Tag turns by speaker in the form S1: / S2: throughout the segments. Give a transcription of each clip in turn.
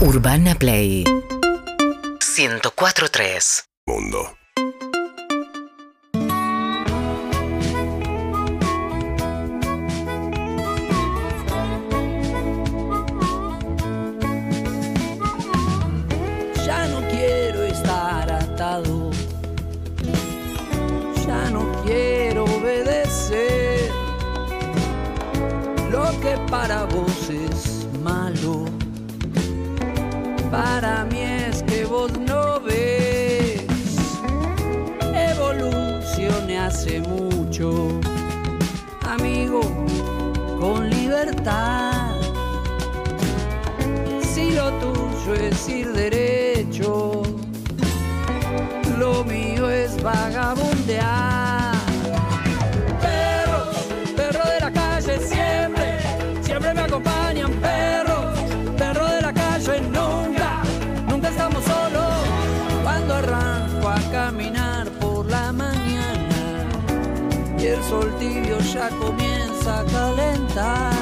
S1: Urbana Play 104.3
S2: Mundo.
S3: Ya no quiero estar atado. Ya no quiero obedecer lo que para vos es malo. Para mí es que vos no ves. Evolucioné hace mucho, amigo, con libertad. Si lo tuyo es ir derecho, lo mío es vagabundear. Perros, perro de la calle siempre, siempre me acompañan. Perros, perro de la calle nunca, nunca estamos solos. Cuando arranco a caminar por la mañana y el sol tibio ya comienza a calentar.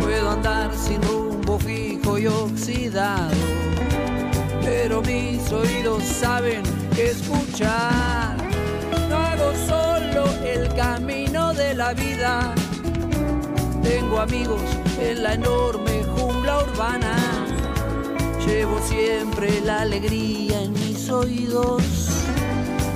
S3: Puedo andar sin rumbo fijo y oxidado, pero mis oídos saben escuchar. No hago solo el camino de la vida, tengo amigos en la enorme jungla urbana. Llevo siempre la alegría en mis oídos.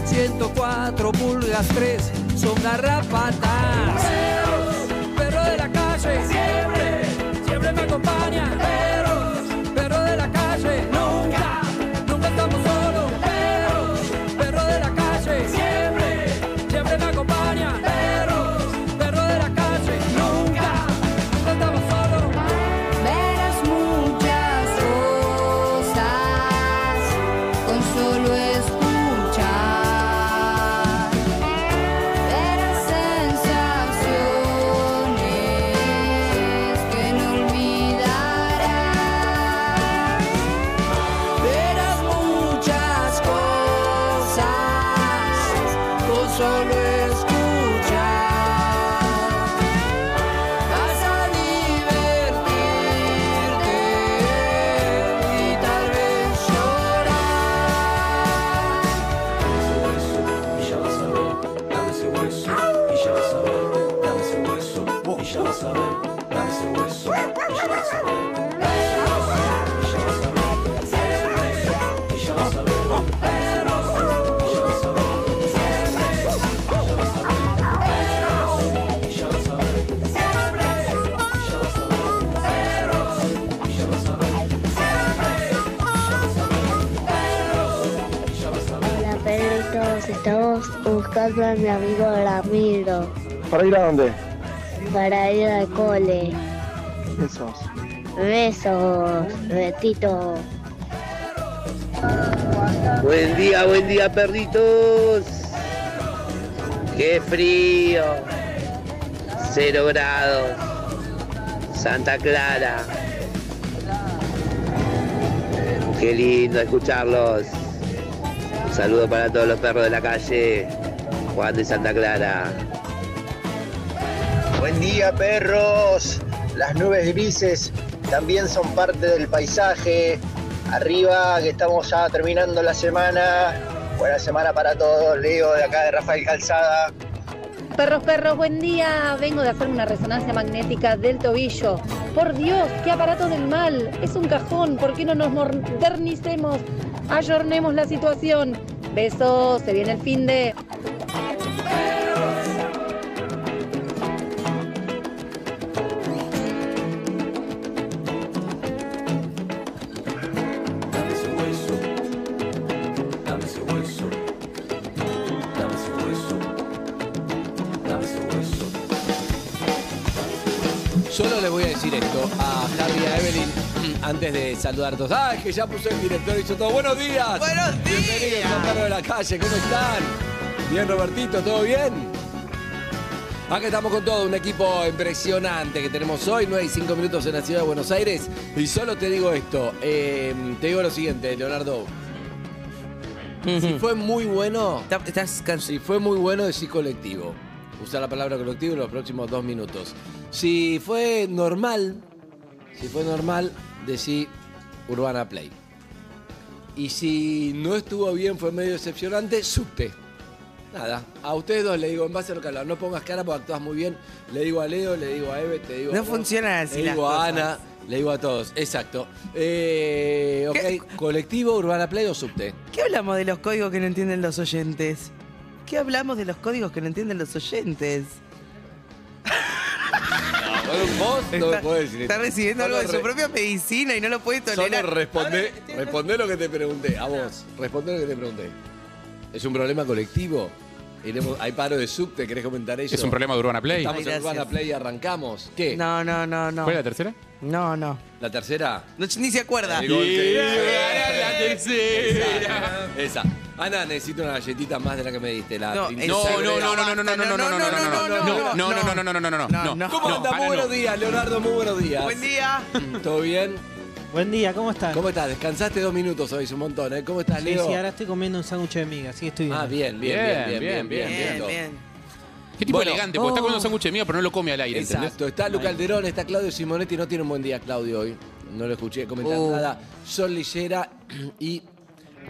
S3: 104 pulgas 3 son garrapatas. Perros, perro de la calle, siempre, siempre me acompaña. Perros, perro de la calle, nunca, nunca estamos solos. Perros, perro de la calle, siempre, siempre me acompaña. Perros, perro de la calle, nunca, nunca estamos solos.
S4: Verás muchas cosas con solo escuchar. Verás sensaciones que no olvidarás.
S3: Verás muchas cosas con solo escuchar. Vas a divertirte y tal vez llorar.
S5: y ya vas a ver, dame ese hueso, y ya vas a ver, dame ese hueso, y ya vas a ver, dame ese hueso, y ya vas a ver.
S6: Hola Pedro y todos, estamos buscando a mi amigo Ramiro
S7: ¿Para ir a dónde?
S6: para ir al cole.
S7: Besos.
S6: Besos, Betito.
S8: Buen día, buen día, perritos. Qué frío. Cero grados. Santa Clara. Qué lindo escucharlos. Un saludo para todos los perros de la calle. Juan de Santa Clara.
S9: Buen día, perros. Las nubes grises también son parte del paisaje. Arriba, que estamos ya terminando la semana. Buena semana para todos. Leo de acá de Rafael Calzada.
S10: Perros, perros, buen día. Vengo de hacer una resonancia magnética del tobillo. Por Dios, qué aparato del mal. Es un cajón. ¿Por qué no nos modernicemos? Ayornemos la situación. Besos, se viene el fin de.
S5: Dame ese hueso, dame ese hueso, dame ese hueso, dame ese hueso.
S11: Solo le voy a decir esto a Javi y a Evelyn antes de saludar a todos. Ah, es que ya puso el director y hizo todo. ¡Buenos días! ¡Buenos días! Bienvenidos a Perro de la Calle, ¿cómo están? Bien, Robertito, ¿todo bien? Acá estamos con todo un equipo impresionante que tenemos hoy, 9 y 5 minutos en la ciudad de Buenos Aires. Y solo te digo esto, eh, te digo lo siguiente, Leonardo. Si fue muy bueno,
S12: Está- Estás cansado.
S11: si fue muy bueno, decir colectivo. Usar la palabra colectivo en los próximos dos minutos. Si fue normal, si fue normal, decir Urbana Play. Y si no estuvo bien, fue medio decepcionante, subte. Nada, a ustedes dos le digo, en base a lo que hablamos, no pongas cara porque actúas muy bien. Le digo a Leo, le digo a Eve, te digo a
S1: No
S11: vos,
S1: funcionan así
S11: Le
S1: las
S11: digo a
S1: cosas.
S11: Ana, le digo a todos, exacto. Eh, ok,
S1: ¿Qué?
S11: colectivo, Urbana Play o subte.
S1: ¿Qué hablamos de los códigos que no entienden los oyentes? ¿Qué hablamos de los códigos que no entienden los oyentes?
S11: Ah, Bueno, vos no me podés decir
S1: Está
S11: esto.
S1: recibiendo
S11: Solo
S1: algo de su
S11: re-
S1: propia medicina y no lo puede
S11: Solo
S1: tolerar.
S11: respondé, respondé lo que te pregunté, a vos. Respondé lo que te pregunté. ¿Es un problema colectivo? Iremos- ¿Hay paro de subte? ¿Querés comentar eso?
S2: Es un problema de Urbana Play.
S11: Estamos
S1: Ay,
S11: en Urbana
S1: gracias.
S11: Play y arrancamos. ¿Qué?
S1: No, no, no, no.
S2: ¿Fue la tercera?
S1: No, no.
S11: ¿La tercera?
S1: No, ni se acuerda.
S11: El golpe.
S2: la tercera.
S11: Esa. Ana, necesito una galletita más de la que me diste. La
S1: No,
S11: princesa
S2: No, no,
S11: Brava.
S2: no, no, no, no, no, no, no, no, no, no, no, no, no, no, no, no, no, no, no.
S11: ¿Cómo anda?
S2: Ana,
S11: Muy
S2: no.
S11: buenos días, Leonardo. Muy buenos días.
S1: Buen día.
S11: ¿Todo bien?
S3: Buen día, ¿cómo estás?
S11: ¿Cómo estás? Descansaste dos minutos hoy, es un montón, ¿eh? ¿Cómo estás, Leo?
S3: estoy comiendo un sándwich de miga, así que estoy
S11: Ah, bien, bien, bien, bien, bien, bien.
S1: Bien,
S11: Leo.
S1: bien.
S2: Qué tipo
S11: Bueno.
S2: elegante, porque está comiendo un sándwich de miga, pero no lo come al aire, ¿entendés?
S11: Exacto, está Lu Calderón, está Claudio Simonetti, no tiene un buen día Claudio hoy, no lo escuché comentar
S1: Oh.
S11: nada. Sol Lillera y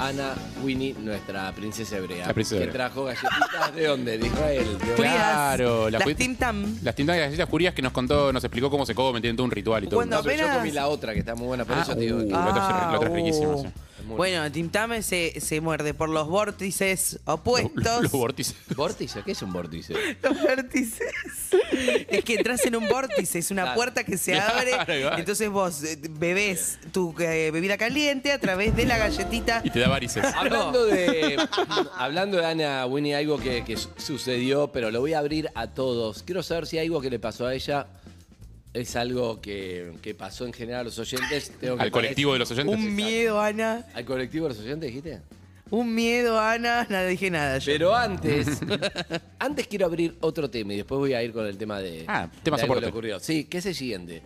S11: Ana Winnie, nuestra princesa hebrea,
S2: La princesa
S11: que
S2: hebrea.
S11: trajo galletitas de dónde, de Israel. de
S1: Frías.
S2: Claro, la
S1: Las
S2: pudi-
S1: Tim Tam.
S2: Las tintas de galletitas judías que nos contó, nos explicó cómo se comen, tienen todo un ritual y todo.
S1: Cuando
S11: No, pero yo
S1: apenas-
S11: comí la otra que está muy buena, por
S2: Ah,
S11: eso te digo. que-
S2: uh. otro es-
S1: Ah,
S2: el otro es riquísimo,
S1: uh.
S2: sí.
S11: Es muy
S1: Bueno, Tim Tam se, se muerde por los vórtices opuestos.
S2: Los, los vórtices.
S11: ¿Vórtice? ¿Qué es un vórtice?
S1: Los vórtices. es que entras en un vórtice, es una
S11: Claro.
S1: puerta que se
S2: Claro,
S1: abre.
S2: ahí va.
S1: Entonces vos eh, bebés tu eh, bebida caliente a través de la galletita.
S2: Y te da varices.
S11: Hablando de, hablando de Ana Winnie, algo que, que su- sucedió, pero lo voy a abrir a todos. Quiero saber si algo que le pasó a ella es algo que, que pasó en general a los oyentes. Tengo que
S2: Al colectivo de los oyentes.
S1: Un miedo, Ana.
S11: ¿Al colectivo de los oyentes dijiste?
S1: Un miedo, Ana. Nada, dije nada. Yo.
S11: Pero antes, antes quiero abrir otro tema y después voy a ir con el tema de.
S2: Ah, tema
S11: de algo
S2: soporte.
S11: que le ocurrió. Sí, que es el siguiente.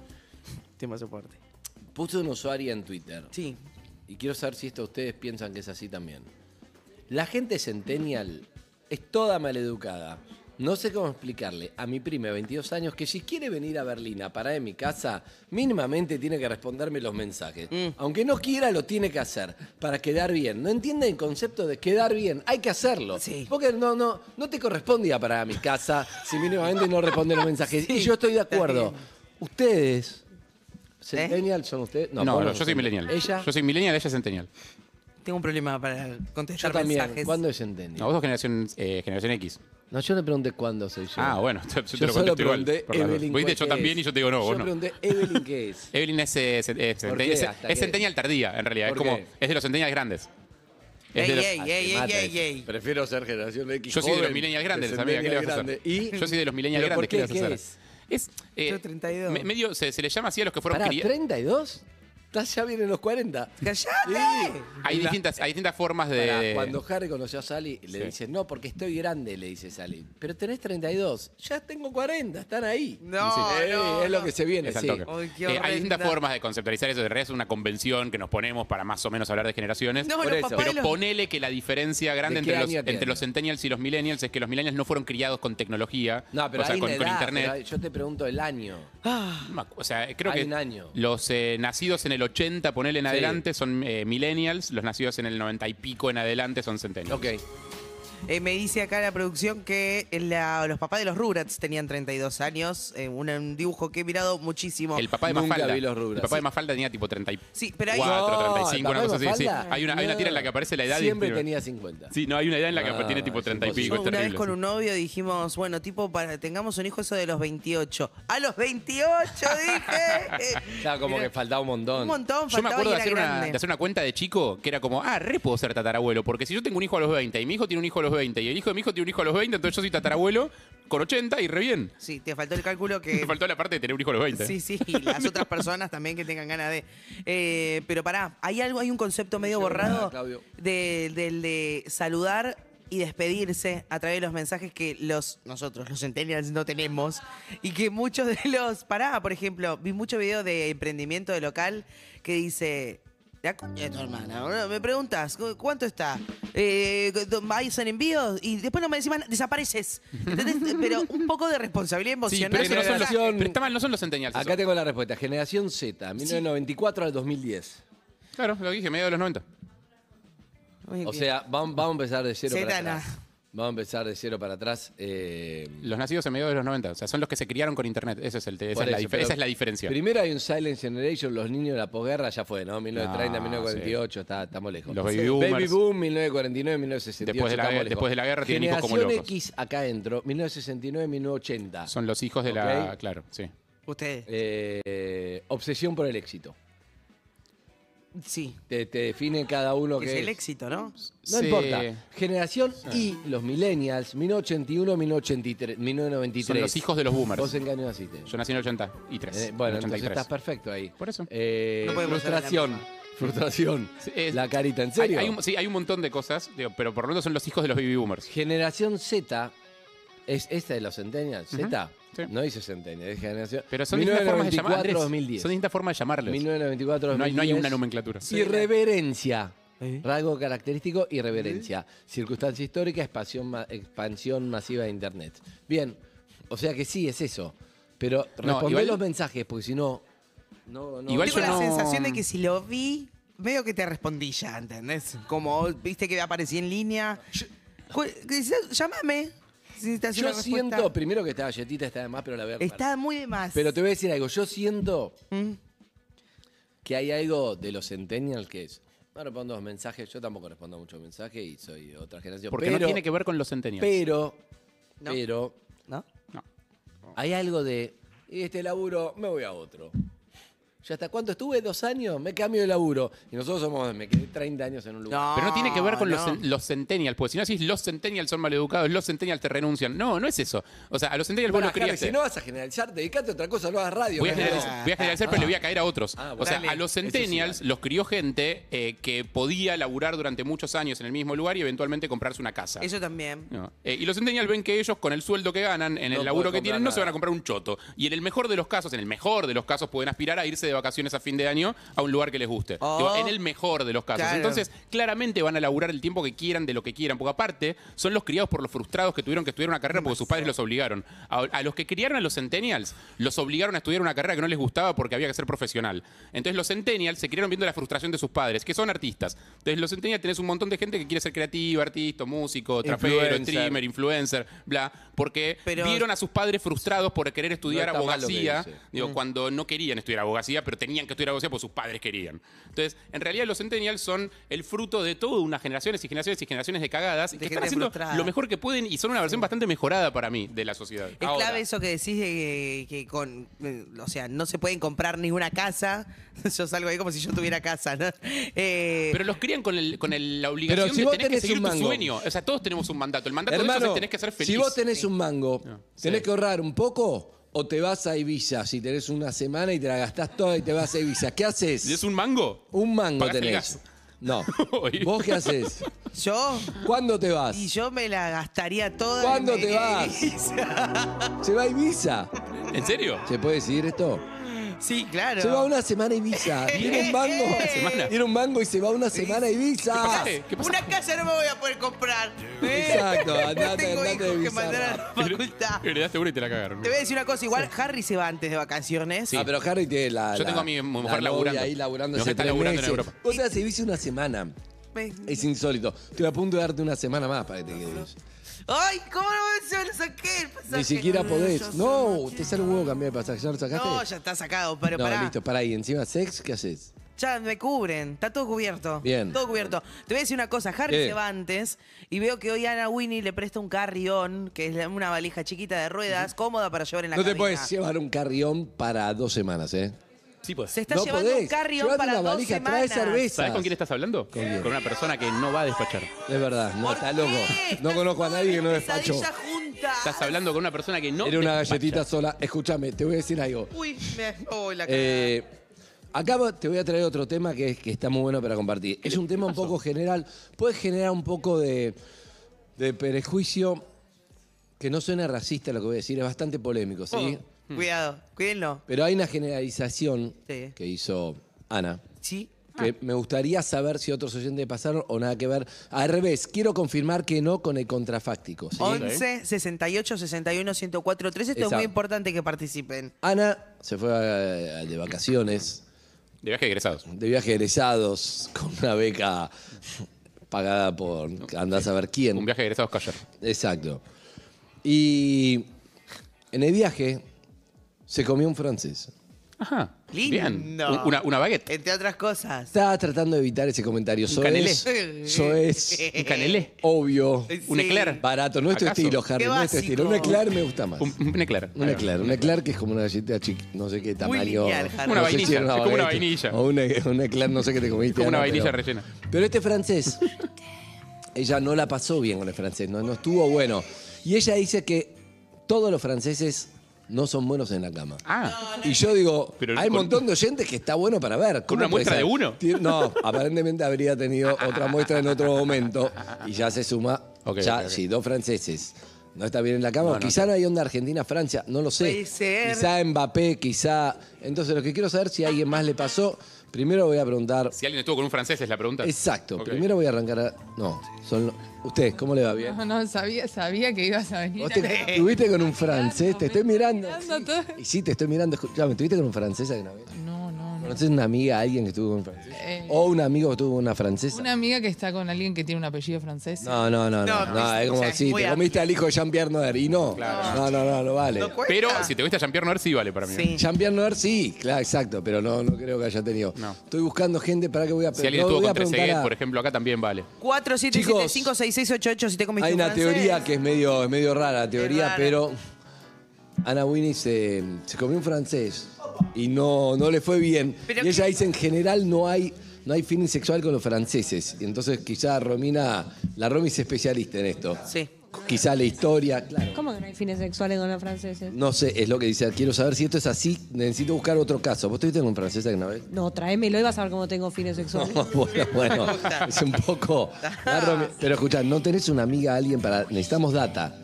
S1: Tema soporte.
S11: Puso un usuario en Twitter.
S1: Sí.
S11: Y quiero saber si esto ustedes piensan que es así también. La gente centennial es toda maleducada. No sé cómo explicarle a mi prima de 22 años que si quiere venir a Berlín a parar en mi casa, mínimamente tiene que responderme los mensajes.
S1: Mm.
S11: Aunque no quiera, lo tiene que hacer para quedar bien. No entiende el concepto de quedar bien. Hay que hacerlo.
S1: Sí.
S11: Porque no, no, no te correspondía para mi casa si mínimamente no responde los mensajes. y yo estoy de
S1: está
S11: acuerdo.
S1: bien. ¿Eh?
S11: Ustedes, centennial, son ustedes.
S2: No,
S11: vos
S2: no,
S11: sos
S2: yo soy millennial.
S11: Ella,
S2: Yo soy millennial, ella es centennial.
S1: Tengo un problema para
S11: yo
S1: contestar
S11: también.
S1: mensajes.
S11: ¿Cuándo es Centennial?
S2: No, vos sos generación, eh, generación X.
S11: No, yo le pregunté cuándo soy yo.
S2: Ah, bueno, yo te lo
S11: solo
S2: contesto igual.
S11: pregunté
S2: por las dudas.
S11: Evelyn.
S2: Viste,
S11: cuál
S2: yo también
S11: es.
S2: y yo te digo no,
S11: Yo
S2: vos no.
S11: pregunté Evelyn qué es.
S2: Evelyn es, eh, cent- eh,
S11: ¿Por
S2: centennial-
S11: qué?
S2: es-
S11: ¿Hasta
S2: es
S11: qué?
S2: centennial tardía, en realidad. Es
S11: ¿Por
S2: como,
S11: qué?
S2: es de los centenniales grandes. Es
S1: Ey,
S2: de los-
S1: ey,
S11: Ah,
S1: ey,
S11: te
S1: ey,
S11: mata
S1: ey,
S11: eso.
S1: ey.
S11: Prefiero ser generación X.
S2: Yo soy de los
S11: joven,
S2: millennials grandes,
S11: de
S2: amiga, ¿qué le vas a hacer?
S11: centennial grande. ¿Y?
S2: Yo soy de los millennials
S11: ¿Pero
S2: grandes, ¿qué le
S11: ¿Por
S2: vas
S11: qué?
S2: a hacer?
S11: ¿Qué es?
S2: Es, eh,
S1: Yo 32.
S2: me- medio, se, se le llama así a los que fueron
S11: Pará,
S2: criados.
S11: ¿32? ¿Estás ya bien en los 40?
S1: ¡Cállate!
S2: Hay distintas, hay distintas formas de.
S11: Pará, cuando Harry conoció a Sally, le
S2: Sí.
S11: dice, no, porque estoy grande, le dice Sally. Pero tenés 32. Ya tengo 40, están ahí. "Eh,
S1: No,
S11: Sí.
S1: no,
S11: es lo
S1: no.
S11: que se viene,
S2: Es al
S11: sí.
S2: toque.
S1: Ay, qué
S2: Eh, hay distintas
S1: horrenda.
S2: formas de conceptualizar eso. De realidad es una convención que nos ponemos para más o menos hablar de generaciones.
S1: No,
S11: Por
S1: los
S11: eso.
S1: papás de
S2: Pero
S1: los-
S2: ponele que la diferencia grande
S11: ¿De qué
S2: entre los,
S11: año tiene?
S2: entre los centennials y los millennials es que los millennials no fueron criados con tecnología,
S11: No, pero
S2: o sea,
S11: hay
S2: con,
S11: una
S2: con
S11: edad,
S2: internet.
S11: pero yo te pregunto el año.
S2: No me acu- O sea, creo
S11: Hay
S2: que
S11: un año.
S2: los eh, nacidos en el 80, ponele en
S11: Sí.
S2: adelante, son eh, millennials. Los nacidos en el 90 y pico en adelante son centennials.
S11: Ok.
S1: Eh, me dice acá la producción que la- los papás de los Rugrats tenían 32 años. eh, un, un dibujo que he mirado muchísimo.
S2: El papá de
S11: Oh, Nunca
S2: Mafalda.
S11: vi los Rugrats.
S2: El papá de
S11: Sí.
S2: Mafalda tenía tipo 34,
S1: Sí, pero hay-
S11: No,
S2: 35, una
S11: ¿el
S2: cosa
S11: papá de
S2: así. sí.
S11: Mafalda?
S2: Hay, una, hay una tira en la que aparece la edad y-
S11: Siempre tenía 50.
S2: Sí, no, hay una edad en la que
S11: Ah,
S2: tiene tipo
S11: es
S2: 30 y pico.
S1: Yo
S2: Es
S1: una
S2: terrible.
S1: vez con un novio dijimos, bueno, tipo, para tengamos un hijo eso de los 28. ¡A los 28! Dije. Eh,
S11: Claro, como
S1: Era
S11: que faltaba un montón.
S1: un montón,
S2: Yo me
S1: faltaba
S2: acuerdo
S1: y
S2: de
S1: era
S2: hacer, una,
S1: grande.
S2: de hacer una cuenta de chico que era como, ah, re puedo ser tatarabuelo, porque si yo tengo un hijo a los 20 y mi hijo tiene un hijo a los 20 y el hijo de mi hijo tiene un hijo a los 20, entonces yo soy tatarabuelo con 80 y re bien.
S1: Sí, te faltó el cálculo
S2: Me
S1: que...
S2: faltó la parte de tener un hijo a los 20.
S1: Sí, sí, y las otras personas también que tengan ganas de... Eh, pero pará, hay algo, hay un concepto medio
S11: Yo,
S1: borrado
S11: nada, Claudio.
S1: de- del de saludar y despedirse a través de los mensajes que los nosotros, los centennials, no tenemos. Y que muchos de los... Pará, por ejemplo, vi mucho video de emprendimiento de local que dice... La concha de tu hermana, boludo. Me preguntas, ¿cu- ¿cuánto está? Eh, ¿Hay son envíos? Y después no me decís más, na- desapareces. ¿Entendés? Pero un poco de responsabilidad
S2: Sí,
S1: emocional.
S2: pero, eso no son los,
S11: Generación-
S2: pero está mal, no son los centennials.
S11: Acá
S2: eso.
S11: tengo la respuesta. Generación Z, 1994 al 2010.
S2: Claro, lo dije, medio de los 90. Pues
S11: O sea, vam- vamos a empezar de cero para
S2: Zetana.
S11: atrás. Vamos a empezar de cero para atrás. eh,
S2: Los nacidos en medio de los 90. O sea, son los que se criaron con internet. Ese es el te- esa,
S11: por
S2: es la
S11: eso,
S2: dif-
S11: pero
S2: esa es la diferencia.
S11: Primero hay un Silent Generation, los niños de la posguerra ya fue, ¿no? 1930,
S2: No,
S11: 1948, está- estamos lejos.
S2: Ah, Los baby boomers.
S11: Baby boom, 1949, 1968.
S2: Después de la
S11: estamos
S2: guerra-
S11: lejos.
S2: después de la guerra tienen hijos como
S11: Generación
S2: locos.
S11: X acá adentro, 1969, 1980.
S2: Son los hijos de la.
S11: Ok.
S2: Claro, sí.
S1: Ustedes.
S11: Eh, obsesión por el éxito.
S1: Sí.
S11: Te, te define cada uno que
S1: es el éxito, ¿no?
S11: No importa. Generación Y, los millennials, 1981, 1983, 1993.
S2: Son los hijos de los boomers.
S11: Vos engaños asiste.
S2: Yo nací en el 80 y 3.
S11: Eh, bueno, entonces estás perfecto ahí. Por
S2: eso.
S1: No podemos
S11: Eh, frustración. Frustración. la carita, ¿en serio?
S2: Hay, hay un- sí, hay un montón de cosas, digo, pero por lo tanto son los hijos de los baby boomers.
S11: Generación Z. ¿Es esta de los centennials? ¿Z? No dice centennial, es generación.
S2: Pero son distintas formas de llamar, Andrés.
S11: 2010.
S2: Son distintas formas de llamarles.
S11: 1994
S2: No hay- no hay
S11: 2010.
S2: una nomenclatura.
S11: Irreverencia. Rasgo característico, irreverencia. Circunstancia histórica, expansión, ma- expansión masiva de Internet. Bien, o sea que sí, es eso. Pero
S2: No,
S11: respondé
S2: igual-
S11: los mensajes, porque si no... no, no-
S1: Tengo la sensación de que si lo vi, medio que te respondí ya, ¿entendés? Como viste que aparecí en línea. Ju- quizás Llámame. Si necesitas
S11: Yo
S1: una respuesta.
S11: siento, primero que esta galletita está de más, pero la voy a comer.
S1: Está muy de más. Mm.
S11: Pero te voy a decir algo. Yo siento que hay algo de los centennials que es. No respondo los mensajes. Yo tampoco respondo muchos mensajes y soy de otra generación.
S2: Porque no
S11: pero-
S2: tiene que ver con los centenios.
S11: Pero. Pero.
S1: ¿No?
S2: No.
S11: Hay algo de. "Y Este laburo, me voy a otro. ¿Ya hasta cuánto estuve? ¿Dos años? Me cambio de laburo. Y nosotros somos. Me quedé 30 años en un lugar.
S2: Pero no tiene que ver con los, cen- los centennials, porque si no decís los centennials son maleducados, los centennials te renuncian. No, no es eso. O sea, a los centennials vos
S11: Pará,
S2: los
S11: Harry,
S2: criaste.
S11: si no vas a generalizar, dedicate a otra cosa, no hagas radio.
S2: Voy a
S11: carajo.
S2: generalizar, voy a generalizar, pero le voy a caer a otros.
S11: Ah,
S2: o sea,
S11: dale.
S2: a los
S11: Eso sí,
S2: centennials los crió gente eh, que podía laburar durante muchos años en el mismo lugar y eventualmente comprarse una casa.
S1: Eso también.
S2: No. Eh, y los centennials ven que ellos con el sueldo que ganan, en
S11: No
S2: el laburo
S11: puede
S2: que tienen,
S11: comprar
S2: no se van
S11: nada.
S2: a comprar un choto. Y en el mejor de los casos, en el mejor de los casos, pueden aspirar a irse de vacaciones a fin de año a un lugar que les guste.
S1: Oh.
S2: Digo, en el mejor de los casos.
S1: Claro.
S2: Entonces, claramente van a laburar el tiempo que quieran de lo que quieran. Porque aparte, son los criados por los frustrados que tuvieron que estudiar una carrera porque sus padres los obligaron. A, a los que criaron a los centennials, los obligaron a estudiar una carrera que no les gustaba porque había que ser profesional. Entonces, los centennials se criaron viendo la frustración de sus padres, que son artistas. Entonces, los centennials tenés un montón de gente que quiere ser creativa, artista, músico, trapero,
S11: Influencer.
S2: streamer, influencer, bla, porque vieron a sus padres frustrados por querer estudiar
S11: No está mal lo que
S2: abogacía,
S11: dice. Mm.
S2: digo, cuando no querían estudiar abogacía, pero tenían que estudiar abogacía porque sus padres querían. Entonces, en realidad los centennials son el fruto de toda una generaciones y generaciones y generaciones de cagadas y que están
S1: gente
S2: haciendo
S1: frustrada.
S2: lo mejor que pueden y son una versión bastante mejorada para mí de la sociedad.
S11: Eh,
S1: Es
S2: Ahora,
S1: clave eso que decís de que, que con. eh, O sea, no se pueden comprar ninguna casa. Yo salgo ahí como si yo tuviera casa, ¿no? Eh,
S2: pero los crían con, el, con el- la obligación
S11: Pero si
S2: de
S11: vos
S2: tener que
S11: tenés
S2: seguir
S11: un
S2: tu
S11: mango.
S2: sueño. O sea, todos tenemos un mandato. El mandato de
S11: Hermano,
S2: eso es tenés que ser feliz.
S11: si vos tenés un mango, tenés
S2: sí.
S11: que ahorrar un poco o te vas a Ibiza. Si tenés una semana y te la gastás toda y te vas a Ibiza, ¿qué haces?
S2: ¿Es un mango?
S11: Un mango
S2: Pagás el
S11: tenés.
S2: gas.
S11: No. ¿Vos qué haces?
S1: Yo.
S11: ¿Cuándo te vas?
S1: Y yo me la gastaría toda.
S11: ¿Cuándo
S1: en-
S11: te
S1: en-
S11: vas? Se va a Ibiza.
S2: ¿En serio?
S11: ¿Se puede decir esto?
S1: Sí, claro.
S11: Se va una semana a Ibiza. Tiene un mango.
S1: Una semana.
S11: Tiene un mango y se va una semana a Ibiza.
S1: Una casa no me voy a poder comprar. ¿eh?
S11: Exacto,
S1: no
S11: andate,
S1: tengo
S11: andate
S1: hijos
S11: de
S1: que mandar a
S11: Ibiza.
S1: la facultad.
S2: Heredaste una y te la cagaron.
S1: Te voy a decir una cosa, igual Harry se va antes de vacaciones.
S11: Ah, pero Harry tiene la.
S2: Yo tengo a mi mujer laburando.
S11: ahí laburando.
S2: Mi mujer
S11: hace
S2: está
S11: tres
S2: laburando en
S11: meses.
S2: Europa.
S11: Vos sabés, se dice una semana.
S1: Ve.
S11: Es insólito. Estoy a punto de darte una semana más para que te quedes.
S1: Ay, ¿cómo no se lo saqué? El pasaje?
S11: Ni siquiera podés. No, te sale un huevo cambiar de pasaje. ¿Ya lo sacaste?
S1: No, ya está sacado, pero
S11: No,
S1: pará.
S11: listo, para ahí. Encima, sex, ¿qué haces?
S1: Ya me cubren, está todo cubierto.
S11: Bien.
S1: Todo cubierto. Te voy a decir una cosa, Harry
S11: ¿Qué?
S1: se va antes y veo que hoy Ana Winnie le presta un carrión, que es la- una valija chiquita de ruedas, cómoda para llevar en la
S11: No te
S1: cabina.
S11: puedes llevar un carrión para dos semanas, ¿eh?
S2: Sí, pues.
S1: Se está
S11: No
S1: llevando un
S11: podés.
S1: carrión
S11: Llévate
S1: para
S11: una
S1: dos
S11: valija,
S1: semanas.
S11: trae cerveza.
S2: ¿Sabes con quién estás hablando? Con, una persona que no va a despachar.
S11: Es verdad, no, está loco. No conozco a nadie que no despachó.
S1: Pesadilla junta.
S2: Estás hablando con una persona que no.
S11: Era una
S2: despacha.
S11: galletita sola. Escúchame, te voy a decir algo.
S1: Uy, me oh, la
S11: Eh, acá vo- te voy a traer otro tema que, es- que está muy bueno para compartir. Es un tema un poco general. Puede generar un poco de, de prejuicio que no suena racista lo que voy a decir. Es bastante polémico, ¿sí? Mm.
S1: Oh, Cuidado, cuídenlo.
S11: Pero hay una generalización
S1: Sí.
S11: que hizo Ana.
S1: Sí. Ah.
S11: Que me gustaría saber si otros oyentes pasaron o nada que ver. Al revés, quiero confirmar que no con el contrafáctico. ¿sí?
S1: 11 68 61 104 3. Esto es
S11: Exacto.
S1: muy importante que participen.
S11: Ana se fue a- a- de vacaciones
S2: De viaje de egresados.
S11: De viaje de egresados, con una beca pagada por andás a ver quién. Un
S2: viaje de egresados callar.
S11: Exacto. Y en el viaje se comió un francés.
S2: Ajá.
S1: Lindo.
S11: Bien. Una- una baguette.
S1: Entre otras cosas.
S11: Estaba tratando de evitar ese comentario.
S1: Un
S11: Eso
S1: canelé.
S11: es, eso es
S1: Un canelé.
S11: Obvio.
S1: Un Sí. eclair.
S11: Barato. No es tu
S2: ¿Acaso?
S11: estilo, Harry.
S2: Qué
S11: No es tu
S2: básico.
S11: estilo. Un eclair me gusta más.
S2: Un, un eclair.
S11: Un eclair, un eclair que es como una galleta chica, no sé qué tamaño.
S2: lineal, Harry.
S11: no
S2: Una
S11: sé si
S2: vainilla,
S11: era
S2: es como una
S11: baguette
S2: vainilla.
S11: O una- un eclair, no sé qué te comiste.
S2: Como una
S11: Ana,
S2: vainilla
S11: pero-
S2: rellena.
S11: Pero este francés, ella no la pasó bien con el francés, no, no estuvo bueno. Y ella dice que todos los franceses no son buenos en la cama.
S2: Ah.
S11: Y yo digo, hay un
S2: con-
S11: montón de oyentes que está bueno para ver. ¿Cómo
S2: una
S11: puede
S2: muestra
S11: ser?
S2: de uno?
S11: Ti- No, aparentemente habría tenido otra muestra en otro momento y ya se suma.
S2: Ok,
S11: ya,
S2: ok, ok.
S11: si dos franceses no está bien en la cama,
S2: No, no.
S11: quizá no, hay onda Argentina-Francia, no lo sé.
S1: Puede ser.
S11: Quizá Mbappé, quizá. Entonces, lo que quiero saber si a alguien más le pasó, primero voy a preguntar.
S2: Si alguien estuvo con un francés, es la pregunta.
S11: Exacto,
S2: Ok.
S11: primero voy a arrancar a. No, son. lo- Ustedes, ¿cómo le va bien?
S12: No, no, sabía, sabía que ibas a venir.
S11: Vos te estuviste con un francés, te estoy mirando.
S12: Dando todo-
S11: Y sí, te estoy mirando. Escuchame, ¿estuviste con un francés alguna vez?
S12: No, no, no.
S11: ¿Conoces una amiga, alguien que estuvo con un francés?
S12: Eh,
S11: O un amigo que estuvo con una francesa.
S12: una amiga que está con alguien que tiene un apellido francés.
S11: No, no, no, no, no, es como
S12: o sea, es
S11: si
S12: muy
S11: te comiste al hijo de Jean-Pierre Noer y no. No, no, no, no vale.
S2: Pero si te gusta Jean-Pierre Noir, sí vale para mí.
S11: Jean-Pierre Noer sí, claro, exacto, pero no, no creo que haya tenido. Estoy buscando gente para que voy a
S2: Si alguien
S11: no
S2: estuvo
S11: voy
S2: con
S11: a preguntar
S2: Trezeguet,
S11: a-
S2: por ejemplo, acá también vale.
S1: 4, 7, 7, 5, 6, 6, 8, 8, si te comiste
S11: Hay
S1: un
S11: una
S1: francés.
S11: teoría que es medio, es medio rara, la teoría,
S1: rara.
S11: pero Ana Winnie se, se comió un francés y no, no le fue bien. y ella dice, en general no hay, no hay feeling sexual con los franceses. Y entonces quizá Romina, la Romi es especialista en esto.
S1: Sí.
S11: Quizá la historia, claro.
S13: ¿Cómo que no hay fines sexuales con los franceses?
S11: No sé, es lo que dice. Quiero saber si esto es así. Necesito buscar otro caso. ¿Vos estuviste con un francés alguna vez?
S13: No, tráemelo y vas a ver cómo tengo fines sexuales.
S11: No, bueno, bueno. Es un poco. Narro mi- Pero escuchá, no tenés una amiga, alguien para. Necesitamos data.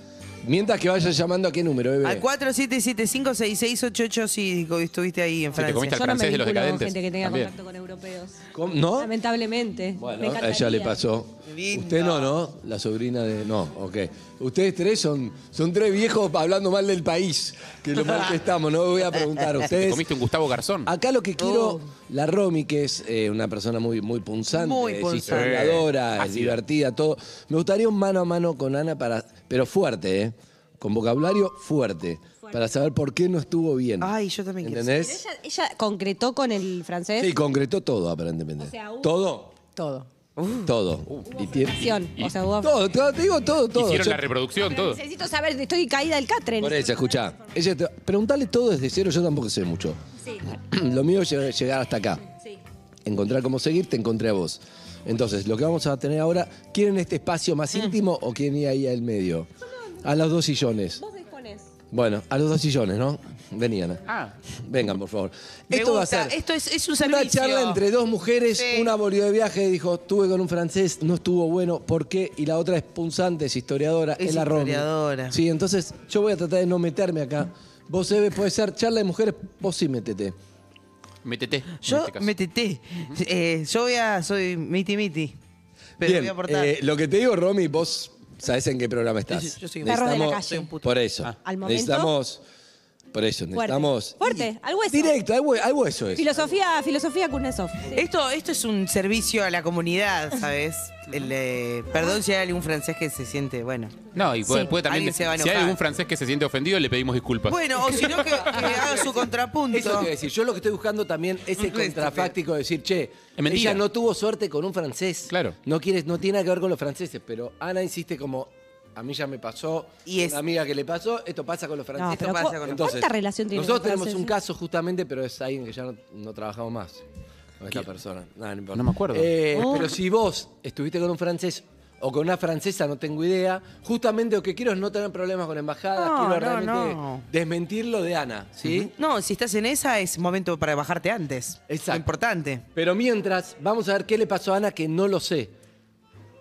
S11: Mientras que vayas llamando a qué número, bebé.
S1: Al 47756688 si co- estuviste ahí en Francia.
S11: comiste al Yo no me francés de los vinculo con decadentes,
S13: gente que tenga
S11: también.
S13: contacto con europeos.
S11: ¿Cómo? ¿No?
S13: Lamentablemente.
S11: Bueno,
S13: Me
S11: a ella le
S13: encantaría.
S11: pasó. Usted no, ¿no? La sobrina de. No, ok. Ustedes tres son, son tres viejos hablando mal del país, que es lo mal que estamos. No voy a preguntar
S2: Te
S11: a ustedes. Ah.
S2: comiste un Gustavo Garzón.
S11: Acá lo que quiero, la Romy, que es eh, una persona muy, muy punzante,
S2: Muy
S11: es
S2: punzante.
S11: historiadora, es
S2: Ácida.
S11: divertida, todo. Me gustaría un mano a mano con Ana para. Pero fuerte, ¿eh? Con vocabulario fuerte. Para saber por qué no estuvo bien.
S1: Ay, yo también
S13: quiero
S11: ¿Entendés?
S13: Pero ella, ella concretó con el francés.
S11: Sí, concretó todo, aparentemente.
S13: O sea, hubo- Uh.
S11: ¿Todo?
S13: Todo.
S11: Todo. y tiene-
S13: Acción.
S11: y-
S13: O sea, hubo-
S11: todo, todo, te digo todo, todo.
S2: Hicieron
S11: Yo-
S2: la reproducción, todo.
S13: Necesito saber, estoy caída del catre.
S11: Por eso, escuchá. Ella te- Preguntale todo desde cero, yo tampoco sé mucho.
S13: Sí.
S11: Lo mío es llegar- llegar hasta acá.
S13: Sí.
S11: encontrar cómo seguir, te encontré a vos. Entonces, lo que vamos a tener ahora, ¿quieren este espacio más
S1: Mm.
S11: íntimo o quieren ir ahí al medio? A los dos sillones.
S13: Vos disponés.
S11: Bueno, a los dos sillones, ¿no? Venían.
S1: Ah.
S11: Vengan, por favor.
S1: Me
S11: Esto va a
S1: gusta,
S11: ser
S1: Esto es, es un
S11: una
S1: servicio.
S11: charla entre dos mujeres.
S1: Sí.
S11: Una volvió de viaje, dijo, estuve con un francés, no estuvo bueno, ¿por qué? Y la otra es punzante, es historiadora, es,
S1: Es
S11: la Romy.
S1: historiadora.
S11: Sí, entonces yo voy a tratar de no meterme acá. Vos, Eve, puede ser charla de mujeres, vos sí métete.
S2: Métete.
S1: Yo métete. Eh, yo voy a. Soy miti miti. Pero
S11: Bien,
S1: voy a aportar.
S11: eh, lo que te digo, Romy, vos sabés en qué programa estás.
S1: Yo- yo soy un-
S13: Perro de la
S11: Necesitamos-
S13: calle. Soy un puto. Ah.
S11: Por eso.
S13: Al momento.
S11: Necesitamos. Por eso, necesitamos. pues,
S13: Fuerte, al hueso.
S11: Directo, al, hue- al hueso es.
S13: Filosofía, filosofía Kuznetsov.
S1: Esto, esto es un servicio a la comunidad, ¿sabes? El, eh, perdón si hay algún francés que se siente, bueno.
S2: No, y puede,
S1: Sí.
S2: puede también.
S1: Alguien se va a
S2: Si hay
S1: enojar.
S2: algún francés que se siente ofendido, le pedimos disculpas.
S1: Bueno, o si no, que, que haga su contrapunto.
S11: Eso te iba a decir. Yo lo que estoy buscando también es el contrafáctico de decir, che,
S2: mentira.
S11: ella no tuvo suerte con un francés. Claro. No, quieres, no tiene nada que ver con los franceses, pero Ana insiste como. A mí ya me pasó, y una amiga que le pasó, esto pasa con los franceses.
S13: pero
S11: pasa
S13: ¿cu- cuánta relación tiene
S11: Nosotros
S13: con los
S11: tenemos un
S13: franceses?
S11: caso justamente, pero es alguien que ya no, no trabajamos más con esta persona. No, no, importa.
S2: No me acuerdo.
S11: Eh,
S2: Oh.
S11: Pero si vos estuviste con un francés o con una francesa, no tengo idea, justamente lo que quiero es no tener problemas con embajadas,
S1: No,
S11: quiero
S1: no,
S11: realmente
S1: no.
S11: desmentir lo de Ana, ¿sí?
S1: No, si estás en esa, es momento para bajarte antes. Exacto. importante.
S11: Pero mientras, vamos a ver qué le pasó a Ana que no lo sé.